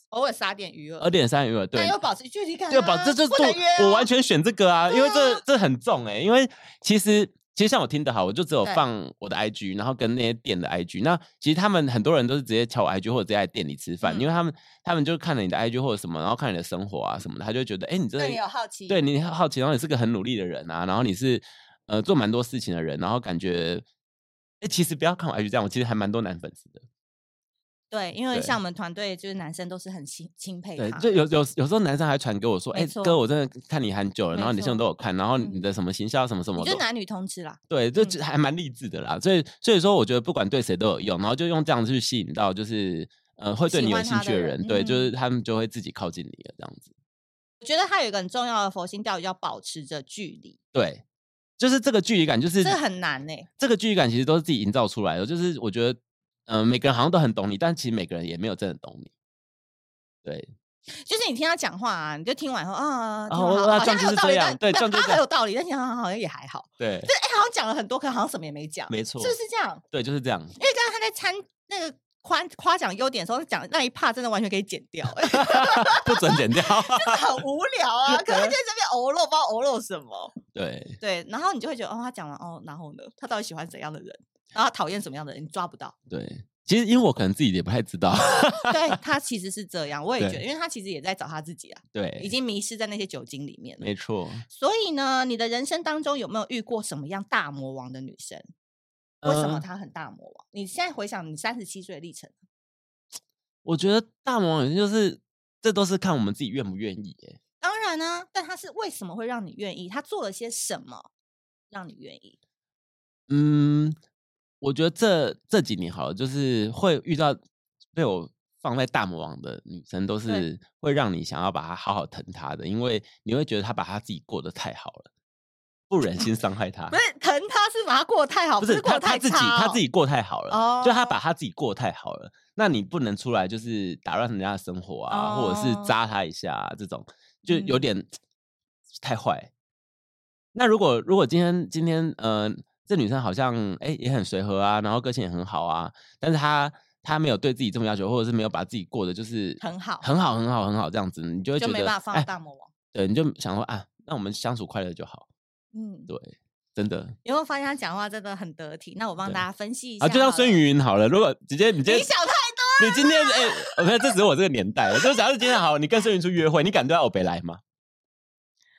Speaker 1: 偶尔撒点鱼饵
Speaker 2: 二，点三鱼
Speaker 1: 但
Speaker 2: 饵，呃对，
Speaker 1: 又保持距离感啊、
Speaker 2: 就保这就是
Speaker 1: 不能约
Speaker 2: 我我
Speaker 1: 哦
Speaker 2: 完全选这个啊，因为
Speaker 1: 对
Speaker 2: 这这很重哎、因为其实。其实像我听的好，我就只有
Speaker 1: 对
Speaker 2: 放我的 IG，然后跟那些店的 IG。那其实他们很多人都是直接敲我 IG 或者直接来店里吃饭，
Speaker 1: 嗯
Speaker 2: 因为他们他们就看了你的 IG 或者什么，然后看你的生活啊什么的，他就觉得哎、诶你这
Speaker 1: 对你有好奇，
Speaker 2: 对你很好奇，然后你是个很努力的人啊，然后你是呃做蛮多事情的人，然后感觉哎、其实不要看我 IG 这样，我其实还蛮多男粉丝的。
Speaker 1: 对，因为
Speaker 2: 对
Speaker 1: 像我们团队就是男生都是很钦钦佩
Speaker 2: 对
Speaker 1: 他，，
Speaker 2: 就有有有时候男生还传给我说，
Speaker 1: 没
Speaker 2: 哎、
Speaker 1: 错
Speaker 2: 哥，我真的看你很久了，
Speaker 1: 没
Speaker 2: 然后你现在
Speaker 1: 错
Speaker 2: 都有看，然后你
Speaker 1: 嗯
Speaker 2: 的什么行销什么什么
Speaker 1: 你
Speaker 2: 的
Speaker 1: 就，男女通吃啦。
Speaker 2: 对，这
Speaker 1: 嗯
Speaker 2: 就还蛮励志的啦。所以所以说，我觉得不管对谁都有用，然后就用这样去吸引到就是。呃，会对
Speaker 1: 喜
Speaker 2: 你有
Speaker 1: 欢
Speaker 2: 兴
Speaker 1: 他
Speaker 2: 趣
Speaker 1: 的
Speaker 2: 的
Speaker 1: 人
Speaker 2: 人，对，就
Speaker 1: 嗯
Speaker 2: 是他们就会自己靠近你了，这样子。
Speaker 1: 我觉得还有一个很重要的佛心钓鱼，叫保持着距离，
Speaker 2: 对，就是这个距离感，就是
Speaker 1: 这很难呢、
Speaker 2: 这个距离感其实都是自己营造出来的，就是我觉得，嗯、每个人好像都很懂你，但其实每个人也没有真的懂你。对，
Speaker 1: 就是你听他讲话啊，你就听完以后啊，听
Speaker 2: 哦
Speaker 1: 完
Speaker 2: 我
Speaker 1: 好
Speaker 2: 那
Speaker 1: 好
Speaker 2: 这
Speaker 1: 像
Speaker 2: 样
Speaker 1: 很
Speaker 2: 就
Speaker 1: 有道
Speaker 2: 是这
Speaker 1: 理，
Speaker 2: 样
Speaker 1: 但
Speaker 2: 对这
Speaker 1: 但
Speaker 2: 样
Speaker 1: 他
Speaker 2: 就这
Speaker 1: 很
Speaker 2: 样
Speaker 1: 有道理，但想想好像也还好。
Speaker 2: 对，
Speaker 1: 对，哎、好像讲了很多，可好像什么也没讲，
Speaker 2: 没错
Speaker 1: 是，不是这样？
Speaker 2: 对，就是 这样。
Speaker 1: 因为刚刚他在参那个夸夸奖优点的时候，讲那一 part 真的完全可以剪掉、 哎
Speaker 2: 不准剪掉。
Speaker 1: 很无聊啊。可是就在这边偶漏，不知道偶漏什么。
Speaker 2: 对，
Speaker 1: 对，然后你就会觉得，哦，他讲完，哦，然后呢，他到底喜欢怎样的人，然后他讨厌什么样的人，你抓不到。
Speaker 2: 对，其实因为我可能自己也不太知道。
Speaker 1: 对他其实是这样，我也觉得，
Speaker 2: 对
Speaker 1: 因为他其实也在找他自己啊，已
Speaker 2: 对，
Speaker 1: 经迷失在那些酒精里面了。
Speaker 2: 没错。
Speaker 1: 所以呢，你的人生当中有没有遇过什么样大魔王的女生？为什么
Speaker 2: 嗯
Speaker 1: 她很大魔王？你现在回想你三十七岁的历程，
Speaker 2: 我觉得大魔王就是这都是看我们自己愿不愿意耶。
Speaker 1: 当然呢、但她是为什么会让你愿意？她做了些什么让你愿意？
Speaker 2: 嗯，我觉得这这几年好了，就是会遇到被我放在大魔王的女生，都
Speaker 1: 对
Speaker 2: 是会让你想要把她好好疼她的，因为你会觉得她把她自己过得太好了，不忍心伤害她
Speaker 1: 不。是疼她是把她过得太好，
Speaker 2: 啊不
Speaker 1: 是
Speaker 2: 是
Speaker 1: 过
Speaker 2: 她
Speaker 1: 得
Speaker 2: 她
Speaker 1: 太
Speaker 2: 自己，
Speaker 1: 差
Speaker 2: 她
Speaker 1: 哦
Speaker 2: 自己过太好了，就她
Speaker 1: 哦
Speaker 2: 把她自己过太好了，那你不能出来就是打乱人家的生活啊，或者是
Speaker 1: 哦
Speaker 2: 扎她一下、啊、这种，就有
Speaker 1: 嗯
Speaker 2: 点太坏。那如果如果今天今天呃，这女生好像哎、也很随和啊，然后个性也很好啊，但是她她没有对自己这么要求，或者是没有把自己过得就是
Speaker 1: 很好
Speaker 2: 很好很好很好这样子，你就会
Speaker 1: 就
Speaker 2: 觉
Speaker 1: 没
Speaker 2: 得
Speaker 1: 办法放
Speaker 2: 哎
Speaker 1: 大魔王。
Speaker 2: 对，你就想说啊，那我们相处快乐就好，
Speaker 1: 嗯，
Speaker 2: 对，真的。
Speaker 1: 有没有发现她讲话真的很得体？那我帮
Speaker 2: 对
Speaker 1: 大家分析一下好
Speaker 2: 啊，
Speaker 1: 了。
Speaker 2: 就像孙云云好了，如果直接你今天
Speaker 1: 你想太多，
Speaker 2: 你今天哎，呃没有，这只是我这个年代。就假如今天好，你跟孙云出约会，你敢对他欧北来吗？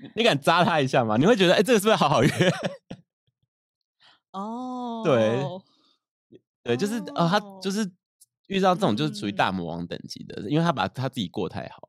Speaker 2: 你你敢扎他一下吗？你会觉得，哎、这个是不是好好约？
Speaker 1: 哦，
Speaker 2: 对对，就是哦、他
Speaker 1: 哦
Speaker 2: 就是遇到这种就是属于
Speaker 1: 嗯
Speaker 2: 大魔王等级的，因为他把他自己过太好了。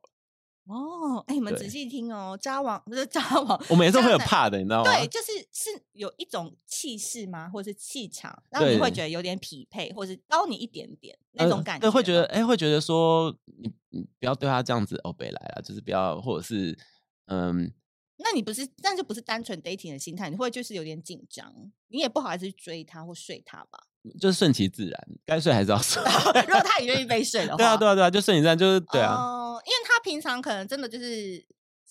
Speaker 1: 哦，哎、你们仔
Speaker 2: 对
Speaker 1: 细听哦，渣王不是渣 王，
Speaker 2: 我们也是
Speaker 1: 渣
Speaker 2: 会有
Speaker 1: 男
Speaker 2: 怕的，你知道吗？呃
Speaker 1: 对，就是是有一种气势吗，或是气场，让你会
Speaker 2: 对
Speaker 1: 觉得有点匹配，或是高你一点点那
Speaker 2: 呃
Speaker 1: 种感觉、
Speaker 2: 对，会觉得，哎、会觉得说，你你不要对他这样子欧北来了，就是不要，或者是嗯，
Speaker 1: 那你不是，那就不是单纯 dating 的心态，你会就是有点紧张，你也不好意思去追他或睡他吧。
Speaker 2: 就是顺其自然，该睡还是 要睡。
Speaker 1: 如果他也愿意被睡的话，
Speaker 2: 对啊，对啊，对啊，就顺其自然，就是对啊。
Speaker 1: 哦，因为他平常可能真的就是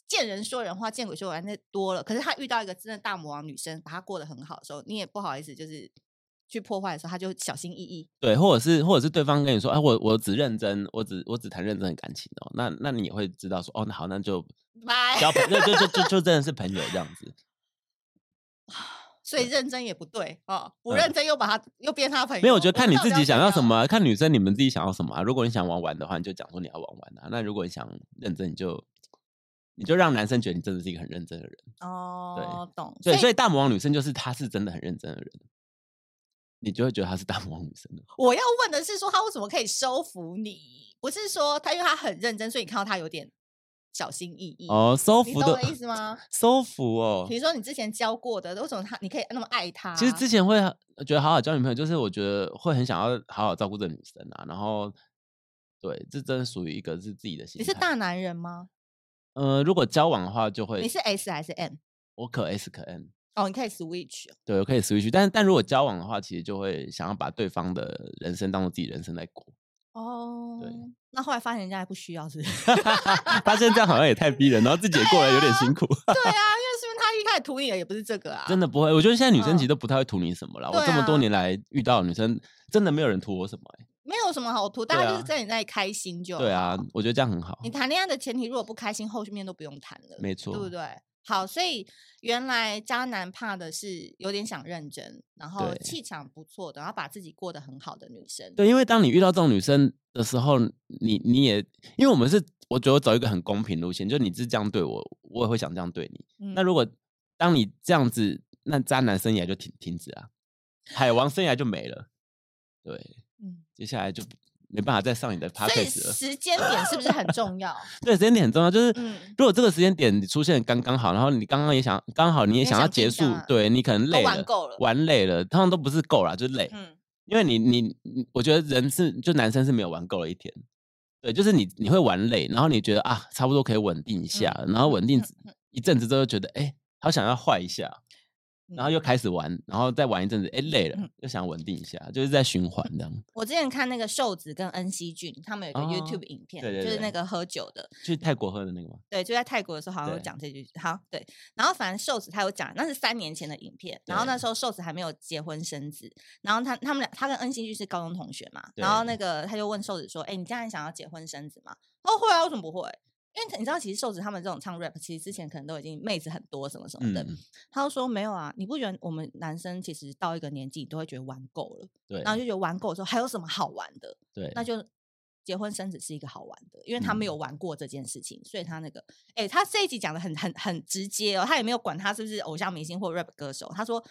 Speaker 1: 见人说人话，见鬼说鬼话，那多了。可是他遇到一个真的大魔王女生，把他过得很好的时候，你也不好意思就是去破坏的时候，他就小心翼 翼。
Speaker 2: 对，或者是或者是对方跟你说，哎、我我只认真，我只我只谈认真的感情哦，那那你也会知道说，哦，那好，那就
Speaker 1: 拜。
Speaker 2: 交朋友，就就 就就真的是朋友这样子。
Speaker 1: 所以认真也不对哦，不
Speaker 2: 嗯
Speaker 1: 认真又把他又变他朋友。
Speaker 2: 没有，我觉得看你
Speaker 1: 到底
Speaker 2: 自己
Speaker 1: 怎
Speaker 2: 想要
Speaker 1: 样
Speaker 2: 什么。啊、看女生你们自己想要什么啊。如果你想玩玩的话，你就讲说你要玩玩啊。那如果你想认真，你就你就让男生觉得你真的是一个很认真的人。
Speaker 1: 哦，懂。
Speaker 2: 对，所以大魔王女生就是她是真的很认真的人，你就会觉得她是大魔王女生了。
Speaker 1: 我要问的是说，他为什么可以收服你？不是说他因为他很认真，所以你看到他有点小心翼翼。
Speaker 2: 哦，收
Speaker 1: 你
Speaker 2: 服
Speaker 1: 懂我
Speaker 2: 的
Speaker 1: 的意思吗？
Speaker 2: 收服哦
Speaker 1: 比。如说你之前教过的，为什么他你可以那么爱他？
Speaker 2: 其实之前会呃觉得好好交女朋友，就是我觉得会很想要好好照顾这个女生啊。然后，对，这真的属于一个是自己的心
Speaker 1: 你
Speaker 2: 态。
Speaker 1: 是大男人吗？
Speaker 2: 呃，如果交往的话，就会
Speaker 1: 你是 S 还是 M？
Speaker 2: 我可 S 可 N，
Speaker 1: 哦，你可以 switch 哦。
Speaker 2: 对，我可以 switch。但但如果交往的话，其实就会想要把对方的人生当做自己人生来过。
Speaker 1: 哦，那后来发现人家还不需要，是不 是？ 啊
Speaker 2: 发现这样好像也太逼人，然后自己也过来有点辛苦。
Speaker 1: 对啊，因为是不是他一开始图你的也不是这个啊？
Speaker 2: 真的不会，我觉得现在女生
Speaker 1: 嗯
Speaker 2: 其实都不太会图你什么了。
Speaker 1: 对
Speaker 2: 我这么
Speaker 1: 啊
Speaker 2: 多年来遇到的女生，真的没有人图我什么、欸。
Speaker 1: 没有什么好图，大家
Speaker 2: 对
Speaker 1: 就是
Speaker 2: 啊
Speaker 1: 在你那里开心就
Speaker 2: 对啊
Speaker 1: 好，
Speaker 2: 我觉得这样很好
Speaker 1: 你。谈恋爱的前提，如果不开心，后面都不用谈了，
Speaker 2: 没错
Speaker 1: 对不对？好，所以原来渣男怕的是有点想认真，然后
Speaker 2: 对
Speaker 1: 气场不错的，然后把自己过得很好的女生。
Speaker 2: 对，因为当你遇到这种女生的时候，你你也因为我们是，我觉得我走一个很公平路线，就你是这样对我，我也会想这样对你。
Speaker 1: 嗯，
Speaker 2: 那如果当你这样子，那渣男生涯就停停止啊，海王生涯就没了。对，
Speaker 1: 嗯
Speaker 2: 接下来就没办法再上你的 p o
Speaker 1: 所以
Speaker 2: d c a s 了。
Speaker 1: 时间点是不是很重要？
Speaker 2: 对，时间点很重要，就是
Speaker 1: 嗯
Speaker 2: 如果这个时间点你出现得刚刚好，然后你刚刚也想刚好你也
Speaker 1: 也
Speaker 2: 想要
Speaker 1: 想
Speaker 2: 结
Speaker 1: 停下
Speaker 2: 束
Speaker 1: 来，
Speaker 2: 对你可能累
Speaker 1: 都玩
Speaker 2: 了
Speaker 1: 够了
Speaker 2: 玩累了，通常都不是够啦，就是累，
Speaker 1: 嗯，
Speaker 2: 因为你你你我觉得人是就男生是没有玩够了一天。对，就是你你会玩累，然后你觉得啊，差不多可以稳定一下，
Speaker 1: 嗯
Speaker 2: 然后稳定一阵子之后，觉得哎、好想要坏一下，然后
Speaker 1: 嗯
Speaker 2: 又开始玩，然后再玩一阵子，哎、累了
Speaker 1: 嗯，
Speaker 2: 又想稳定一下，就是在循环这样。
Speaker 1: 我之前看那个瘦子跟恩熙俊，他们有一个
Speaker 2: 哦
Speaker 1: YouTube 影片，
Speaker 2: 对对
Speaker 1: 就是
Speaker 2: 对
Speaker 1: 那个喝酒的，
Speaker 2: 去泰国喝的那个吗？
Speaker 1: 对，就在泰国的时候好像有
Speaker 2: 对
Speaker 1: 讲这句，好对。然后反正瘦子他有讲，那是三年前的影片，然后那
Speaker 2: 对
Speaker 1: 时候瘦子还没有结婚生子，然后他他们俩他跟恩熙俊是高中同学嘛，然后那个他就问瘦子说：“哎、你将来想要结婚生子吗？”哦，会啊，为什么不会？因为你知道，其实瘦子他们这种唱 rap，其实之前可能都已经妹子很多什么什么的。
Speaker 2: 嗯，
Speaker 1: 他就说没有啊，你不觉得我们男生其实到一个年纪，你都会觉得玩够了，
Speaker 2: 对
Speaker 1: 然后就觉得玩够之后还有什么好玩的？
Speaker 2: 对，嗯
Speaker 1: 那就结婚生子是一个好玩的，因为他没有玩过这件事情，所以他那个，哎、他这一集讲的很很很直接哦，他也没有管他是不是偶像明星或 rap 歌手，他说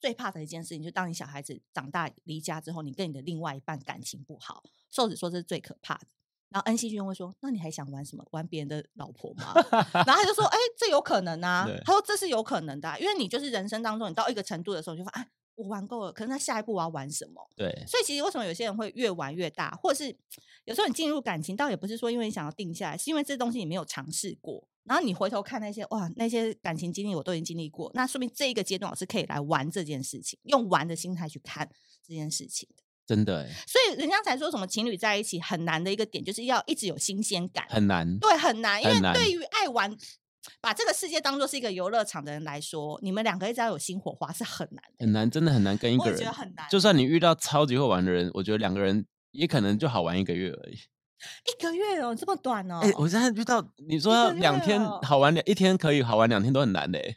Speaker 1: 最怕的一件事情，就当你小孩子长大离家之后，你跟你的另外一半感情不好，瘦子说这是最可怕的。然后恩熙俊会说：“那你还想玩什么？玩别人的老婆吗？”然后他就说：“哎、这有可能啊
Speaker 2: 对。”
Speaker 1: 他说：“这是有可能的啊、因为你就是人生当中，你到一个程度的时候，你就发现，哎，我玩够了，可是那下一步我要玩什么？
Speaker 2: 对
Speaker 1: 所以其实为什么有些人会越玩越大，或者是有时候你进入感情，倒也不是说因为你想要定下来，是因为这东西你没有尝试过。然后你回头看那些哇，那些感情经历我都已经经历过，那说明这一个阶段我是可以来玩这件事情，用玩的心态去看这件事情的。
Speaker 2: 真的欸
Speaker 1: 所以人家才说什么情侣在一起很难的一个点，就是要一直有新鲜感。
Speaker 2: 很难。
Speaker 1: 对，很难，因
Speaker 2: 很
Speaker 1: 为
Speaker 2: 难
Speaker 1: 对于爱玩。把这个世界当做是一个游乐场的人来说，你们两个一直要有新火花是很难的，
Speaker 2: 很难，真的很难跟一
Speaker 1: 我
Speaker 2: 个
Speaker 1: 也觉得
Speaker 2: 人。
Speaker 1: 很难。哦
Speaker 2: 就算你遇到超级会玩的人，我觉得两个人也可能就好玩一个月而已。
Speaker 1: 一个月哦，这么短哦，
Speaker 2: 哎、我现在遇到你说
Speaker 1: 一
Speaker 2: 要
Speaker 1: 个月
Speaker 2: 两天
Speaker 1: 哦
Speaker 2: 好玩两一天可以好玩两天都很难欸嘞、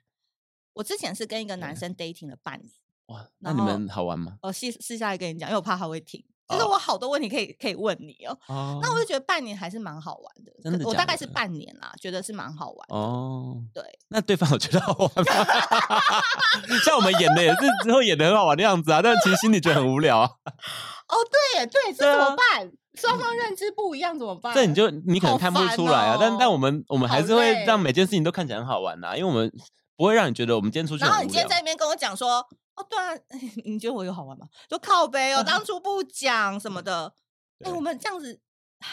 Speaker 1: 我之前是跟一个男生 dating 了半年，
Speaker 2: 哇，那
Speaker 1: 然
Speaker 2: 你
Speaker 1: 后
Speaker 2: 们好玩吗？
Speaker 1: 我私私下来跟你讲，因为我怕他会听。就是
Speaker 2: 哦
Speaker 1: 我好多问题可以可以问你哦，
Speaker 2: 哦，
Speaker 1: 那我就觉得半年还是蛮好玩的，
Speaker 2: 真
Speaker 1: 可
Speaker 2: 的
Speaker 1: 我
Speaker 2: 假
Speaker 1: 大概是
Speaker 2: 的
Speaker 1: 半年啦，觉得是蛮好玩。
Speaker 2: 哦，
Speaker 1: 对，
Speaker 2: 那对方有觉得好玩吗？ 像我们演的也是之后演的很好玩的样子啊，但其实心里觉得很无聊啊。
Speaker 1: 哦对耶，对，嗯这
Speaker 2: 对
Speaker 1: 怎么
Speaker 2: 啊
Speaker 1: 办？双方认知不一样怎么办？
Speaker 2: 这你就你可
Speaker 1: 嗯好
Speaker 2: 能看不
Speaker 1: 烦
Speaker 2: 出来啊，但但
Speaker 1: 哦
Speaker 2: 我们我们还
Speaker 1: 好
Speaker 2: 是会让
Speaker 1: 累
Speaker 2: 每件事情都看起来很好玩啊，因为我们不会让你觉得我们今天出去
Speaker 1: 然后
Speaker 2: 很
Speaker 1: 你
Speaker 2: 无
Speaker 1: 今天
Speaker 2: 聊。
Speaker 1: 在那边跟我讲说，哦对啊， 你觉得我有好玩吗？说靠背 哦，当初不讲什么的。哎，
Speaker 2: 对
Speaker 1: 我们这样子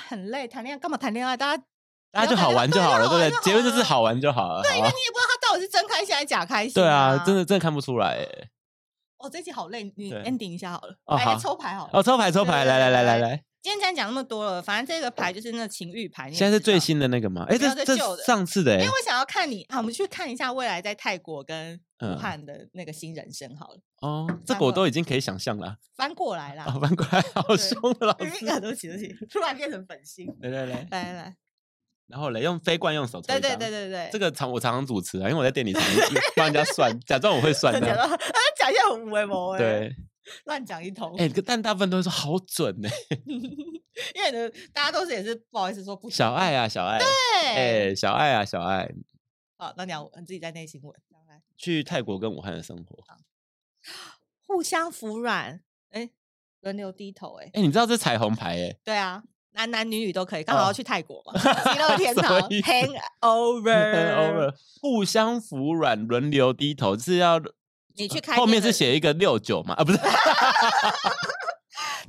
Speaker 1: 很累，谈恋爱干嘛谈恋爱？大家
Speaker 2: 大家
Speaker 1: 聊
Speaker 2: 就
Speaker 1: 感
Speaker 2: 好
Speaker 1: 觉
Speaker 2: 玩
Speaker 1: 对
Speaker 2: 就好
Speaker 1: 就
Speaker 2: 了，
Speaker 1: 好
Speaker 2: 对
Speaker 1: 玩
Speaker 2: 不
Speaker 1: 就
Speaker 2: 对？结论就
Speaker 1: 好
Speaker 2: 是
Speaker 1: 啊
Speaker 2: 好玩就好了。
Speaker 1: 对，
Speaker 2: 好
Speaker 1: 因
Speaker 2: 吧
Speaker 1: 为你也不知道他到底是真开心还是假开心。
Speaker 2: 对啊，真
Speaker 1: 的。
Speaker 2: 的真的看不出来哎。
Speaker 1: 哦，这一集好累，你
Speaker 2: 对
Speaker 1: ending 一下好了，
Speaker 2: 哦
Speaker 1: 来来
Speaker 2: 好
Speaker 1: 哎抽牌好了。
Speaker 2: 哦，抽牌抽
Speaker 1: 对
Speaker 2: 牌，
Speaker 1: 对
Speaker 2: 来来来
Speaker 1: 对
Speaker 2: 来
Speaker 1: 对
Speaker 2: 来，
Speaker 1: 今天既然讲那么多了，反正这个牌就是那情欲牌，你也
Speaker 2: 现在是
Speaker 1: 知
Speaker 2: 最
Speaker 1: 道。
Speaker 2: 新的那个吗？哎，
Speaker 1: 没有
Speaker 2: 这
Speaker 1: 这旧
Speaker 2: 这
Speaker 1: 的
Speaker 2: 上次的
Speaker 1: 因
Speaker 2: 哎
Speaker 1: 为，我想要看你啊，我们去看一下未来在泰国跟武
Speaker 2: 嗯
Speaker 1: 汉的那个新人生好了，
Speaker 2: 哦，这
Speaker 1: 翻
Speaker 2: 个
Speaker 1: 过
Speaker 2: 我都已经可以想象了
Speaker 1: 翻过来
Speaker 2: 啊，
Speaker 1: 啦。
Speaker 2: 翻过来 好
Speaker 1: 对
Speaker 2: 凶的老
Speaker 1: 因为
Speaker 2: 师，
Speaker 1: 啊对不起，对不起，突然变成粉 心。
Speaker 2: 来来来，
Speaker 1: 来来来，
Speaker 2: 然后来用非惯用手抽
Speaker 1: 对
Speaker 2: 一
Speaker 1: 对
Speaker 2: 张，
Speaker 1: 对对对，
Speaker 2: 这个常我常常主持啊，因为我在店里常帮人家算，假装我会算
Speaker 1: 讲
Speaker 2: 的，
Speaker 1: 到啊讲一些很无为谋哎，
Speaker 2: 对，哎
Speaker 1: 乱讲一通。
Speaker 2: 哎，但大部分都会说好准呢，
Speaker 1: 因为呢，大家都是也是不好意思说不
Speaker 2: 小爱啊，小爱，
Speaker 1: 对，
Speaker 2: 哎，小爱啊，小爱，
Speaker 1: 好，那你要你自己在内心问，来
Speaker 2: 去泰国跟武汉的生活。
Speaker 1: 啊互相服软，哎、轮流低头、哎，
Speaker 2: 哎，你知道这彩虹牌哎，
Speaker 1: 对啊，男男女女都可以，刚好要
Speaker 2: 哦
Speaker 1: 去泰 国嘛，极乐天
Speaker 2: 什么
Speaker 1: 堂
Speaker 2: 意思
Speaker 1: ，Hangover，
Speaker 2: over 互相服软，轮流低头，是要
Speaker 1: 你去
Speaker 2: 呃
Speaker 1: 开
Speaker 2: 后
Speaker 1: 店
Speaker 2: 面
Speaker 1: 的
Speaker 2: 是写一个六九嘛？啊，不是，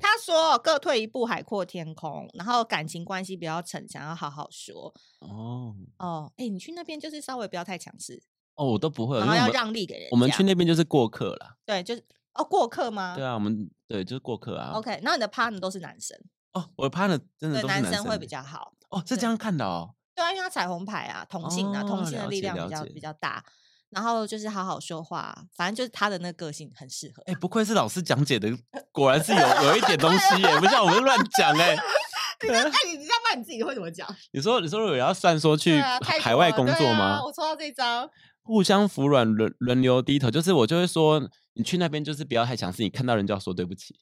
Speaker 1: 他说各退一步，海阔天空，然后感情关系不要逞强，要好好说。
Speaker 2: 哦
Speaker 1: 哦，哎、你去那边就是稍微不要太强势，
Speaker 2: 哦，我都不会，因
Speaker 1: 然
Speaker 2: 为
Speaker 1: 后
Speaker 2: 我
Speaker 1: 要
Speaker 2: 们
Speaker 1: 让利给人家。
Speaker 2: 我们去那边就是过客啦，
Speaker 1: 对，就是哦，过客吗？
Speaker 2: 对啊，我们对就是过客啊。
Speaker 1: OK，那你的 partner 都是男生，
Speaker 2: 哦，我的 partner 真
Speaker 1: 对，
Speaker 2: 的都是
Speaker 1: 生
Speaker 2: 生
Speaker 1: 会
Speaker 2: 的
Speaker 1: 比较好。
Speaker 2: 哦，是
Speaker 1: 对
Speaker 2: 这样看的哦。
Speaker 1: 对啊，因为他彩虹牌啊，同性啊，同
Speaker 2: 哦
Speaker 1: 性的
Speaker 2: 了
Speaker 1: 力
Speaker 2: 解
Speaker 1: 量比
Speaker 2: 了
Speaker 1: 较
Speaker 2: 解
Speaker 1: 比较大。然后就是好好说话，啊反正就是他的那个个性很适合。
Speaker 2: 哎，不愧是老师讲解的，果然是有有一点东西耶，不像我们乱讲 哎。
Speaker 1: 哎，你知道吗？你自己会怎么讲？
Speaker 2: 你说你说有人要算说去
Speaker 1: 对啊泰
Speaker 2: 海
Speaker 1: 国
Speaker 2: 外
Speaker 1: 啊
Speaker 2: 工
Speaker 1: 对
Speaker 2: 作
Speaker 1: 啊
Speaker 2: 吗？
Speaker 1: 我抽到这张，
Speaker 2: 互相服软，轮轮流低头，就是我就会说，你去那边就是不要太强势，你看到人就要说对不起。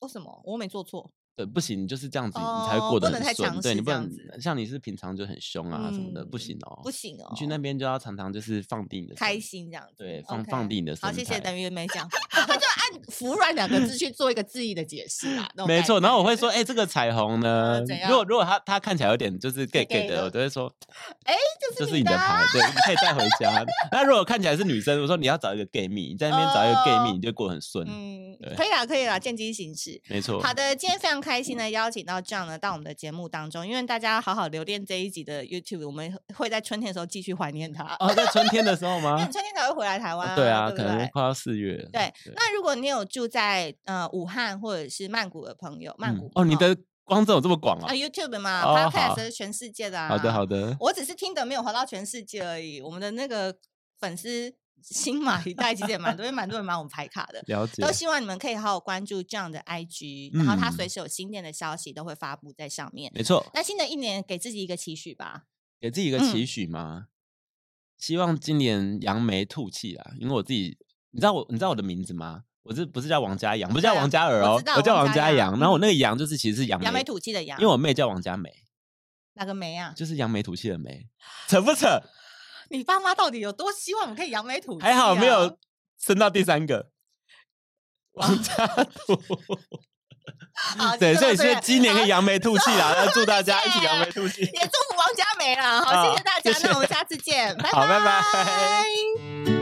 Speaker 1: 为哦什么我没做错？
Speaker 2: 对，不行，你就是这样子，你才
Speaker 1: 哦
Speaker 2: 会过
Speaker 1: 不
Speaker 2: 得
Speaker 1: 能太
Speaker 2: 很
Speaker 1: 强
Speaker 2: 顺。对你
Speaker 1: 势
Speaker 2: 不
Speaker 1: 这样
Speaker 2: 能
Speaker 1: 子
Speaker 2: 像你是平常就很凶啊什么的，不行
Speaker 1: 嗯
Speaker 2: 哦。
Speaker 1: 不行哦，
Speaker 2: 你去那边就要常常就是放低你的
Speaker 1: 开
Speaker 2: 身
Speaker 1: 心这样子，
Speaker 2: 对放
Speaker 1: OK
Speaker 2: 放低你的
Speaker 1: 好，
Speaker 2: 神
Speaker 1: 谢谢
Speaker 2: 态
Speaker 1: 等于没讲， 他就按“服软”两个字去做一个字义的解释 啊。那种
Speaker 2: 没
Speaker 1: 概
Speaker 2: 错，然后我
Speaker 1: 念
Speaker 2: 会说，哎、这个彩虹呢
Speaker 1: 呃怎？
Speaker 2: 如果如果他他看起来有点就是 gay
Speaker 1: gay
Speaker 2: gay 的，
Speaker 1: 的
Speaker 2: 我就会说，
Speaker 1: 哎这
Speaker 2: 这
Speaker 1: 是
Speaker 2: 是
Speaker 1: 你
Speaker 2: 你的
Speaker 1: 的啊
Speaker 2: 牌，对，你可以带回家。 那如果看起来是女生，我说你要找一个 gay 蜜，你在那边找一个 gay
Speaker 1: 哦
Speaker 2: 蜜，你就过得很顺。
Speaker 1: 嗯，
Speaker 2: 对
Speaker 1: 可以啦，可以啦，见机行事。
Speaker 2: 没错，
Speaker 1: 好的，今天非常开心的邀请到这样呢到我们的节目当中，因为大家好好留恋这一集的 YouTube，我们会在春天的时候继续怀念他，
Speaker 2: 哦，在春天的时候
Speaker 1: 因为
Speaker 2: 吗
Speaker 1: 你？春天才会回来台湾、
Speaker 2: 对
Speaker 1: 啊，
Speaker 2: 啊，
Speaker 1: 对不
Speaker 2: 可能
Speaker 1: 对？
Speaker 2: 快要四月了。
Speaker 1: 对，那如果你有住在呃武汉或者是曼谷的朋友，曼
Speaker 2: 嗯
Speaker 1: 谷
Speaker 2: 哦，你的光这有这么广哦
Speaker 1: 啊。YouTube 嘛、
Speaker 2: 哦
Speaker 1: p o d
Speaker 2: 好
Speaker 1: c a s t 是全世界的、啊。
Speaker 2: 好的，好的，
Speaker 1: 我只是听的没有滑到全世界而已。我们的那个粉丝新马一代其实也蛮多，因为蛮多人买我们牌 卡的。
Speaker 2: 了解
Speaker 1: 都。希望你们可以好好关注这样的 IG，、然后他随
Speaker 2: 嗯
Speaker 1: 时有新店的消息都会发布在上面。
Speaker 2: 没错，
Speaker 1: 那新的一年给自己一个期许吧，
Speaker 2: 给自己一个
Speaker 1: 嗯
Speaker 2: 期许吗？希望今年扬眉吐气啊！因为我自己，你知道我，你知道我的名字吗？我这不是叫王嘉阳，不是
Speaker 1: 对
Speaker 2: 叫
Speaker 1: 啊
Speaker 2: 王嘉尔
Speaker 1: 我
Speaker 2: 哦
Speaker 1: 知道，
Speaker 2: 我叫
Speaker 1: 王
Speaker 2: 王
Speaker 1: 嘉
Speaker 2: 嘉
Speaker 1: 阳
Speaker 2: 阳。然后我那个阳就是其实是扬
Speaker 1: 扬眉
Speaker 2: 眉，
Speaker 1: 吐气的扬，
Speaker 2: 因为我妹叫王嘉梅，
Speaker 1: 哪个眉啊？
Speaker 2: 就是扬眉吐气的眉，扯不 扯？
Speaker 1: 你爸妈到底有多希望我们可以扬眉吐气、啊
Speaker 2: 还好没有。升到第 三个。王嘉图，
Speaker 1: 啊 好
Speaker 2: 对，
Speaker 1: 就
Speaker 2: 所
Speaker 1: 啊到
Speaker 2: 以
Speaker 1: 这
Speaker 2: 现在
Speaker 1: 边
Speaker 2: 今年可以扬眉吐气啦，要祝大家一
Speaker 1: 谢
Speaker 2: 起
Speaker 1: 谢
Speaker 2: 扬眉 吐气。
Speaker 1: 啊也祝福王佳梅了。好，谢谢大
Speaker 2: 好
Speaker 1: 家，
Speaker 2: 谢谢
Speaker 1: 那我们下次见，拜
Speaker 2: 好拜拜
Speaker 1: 拜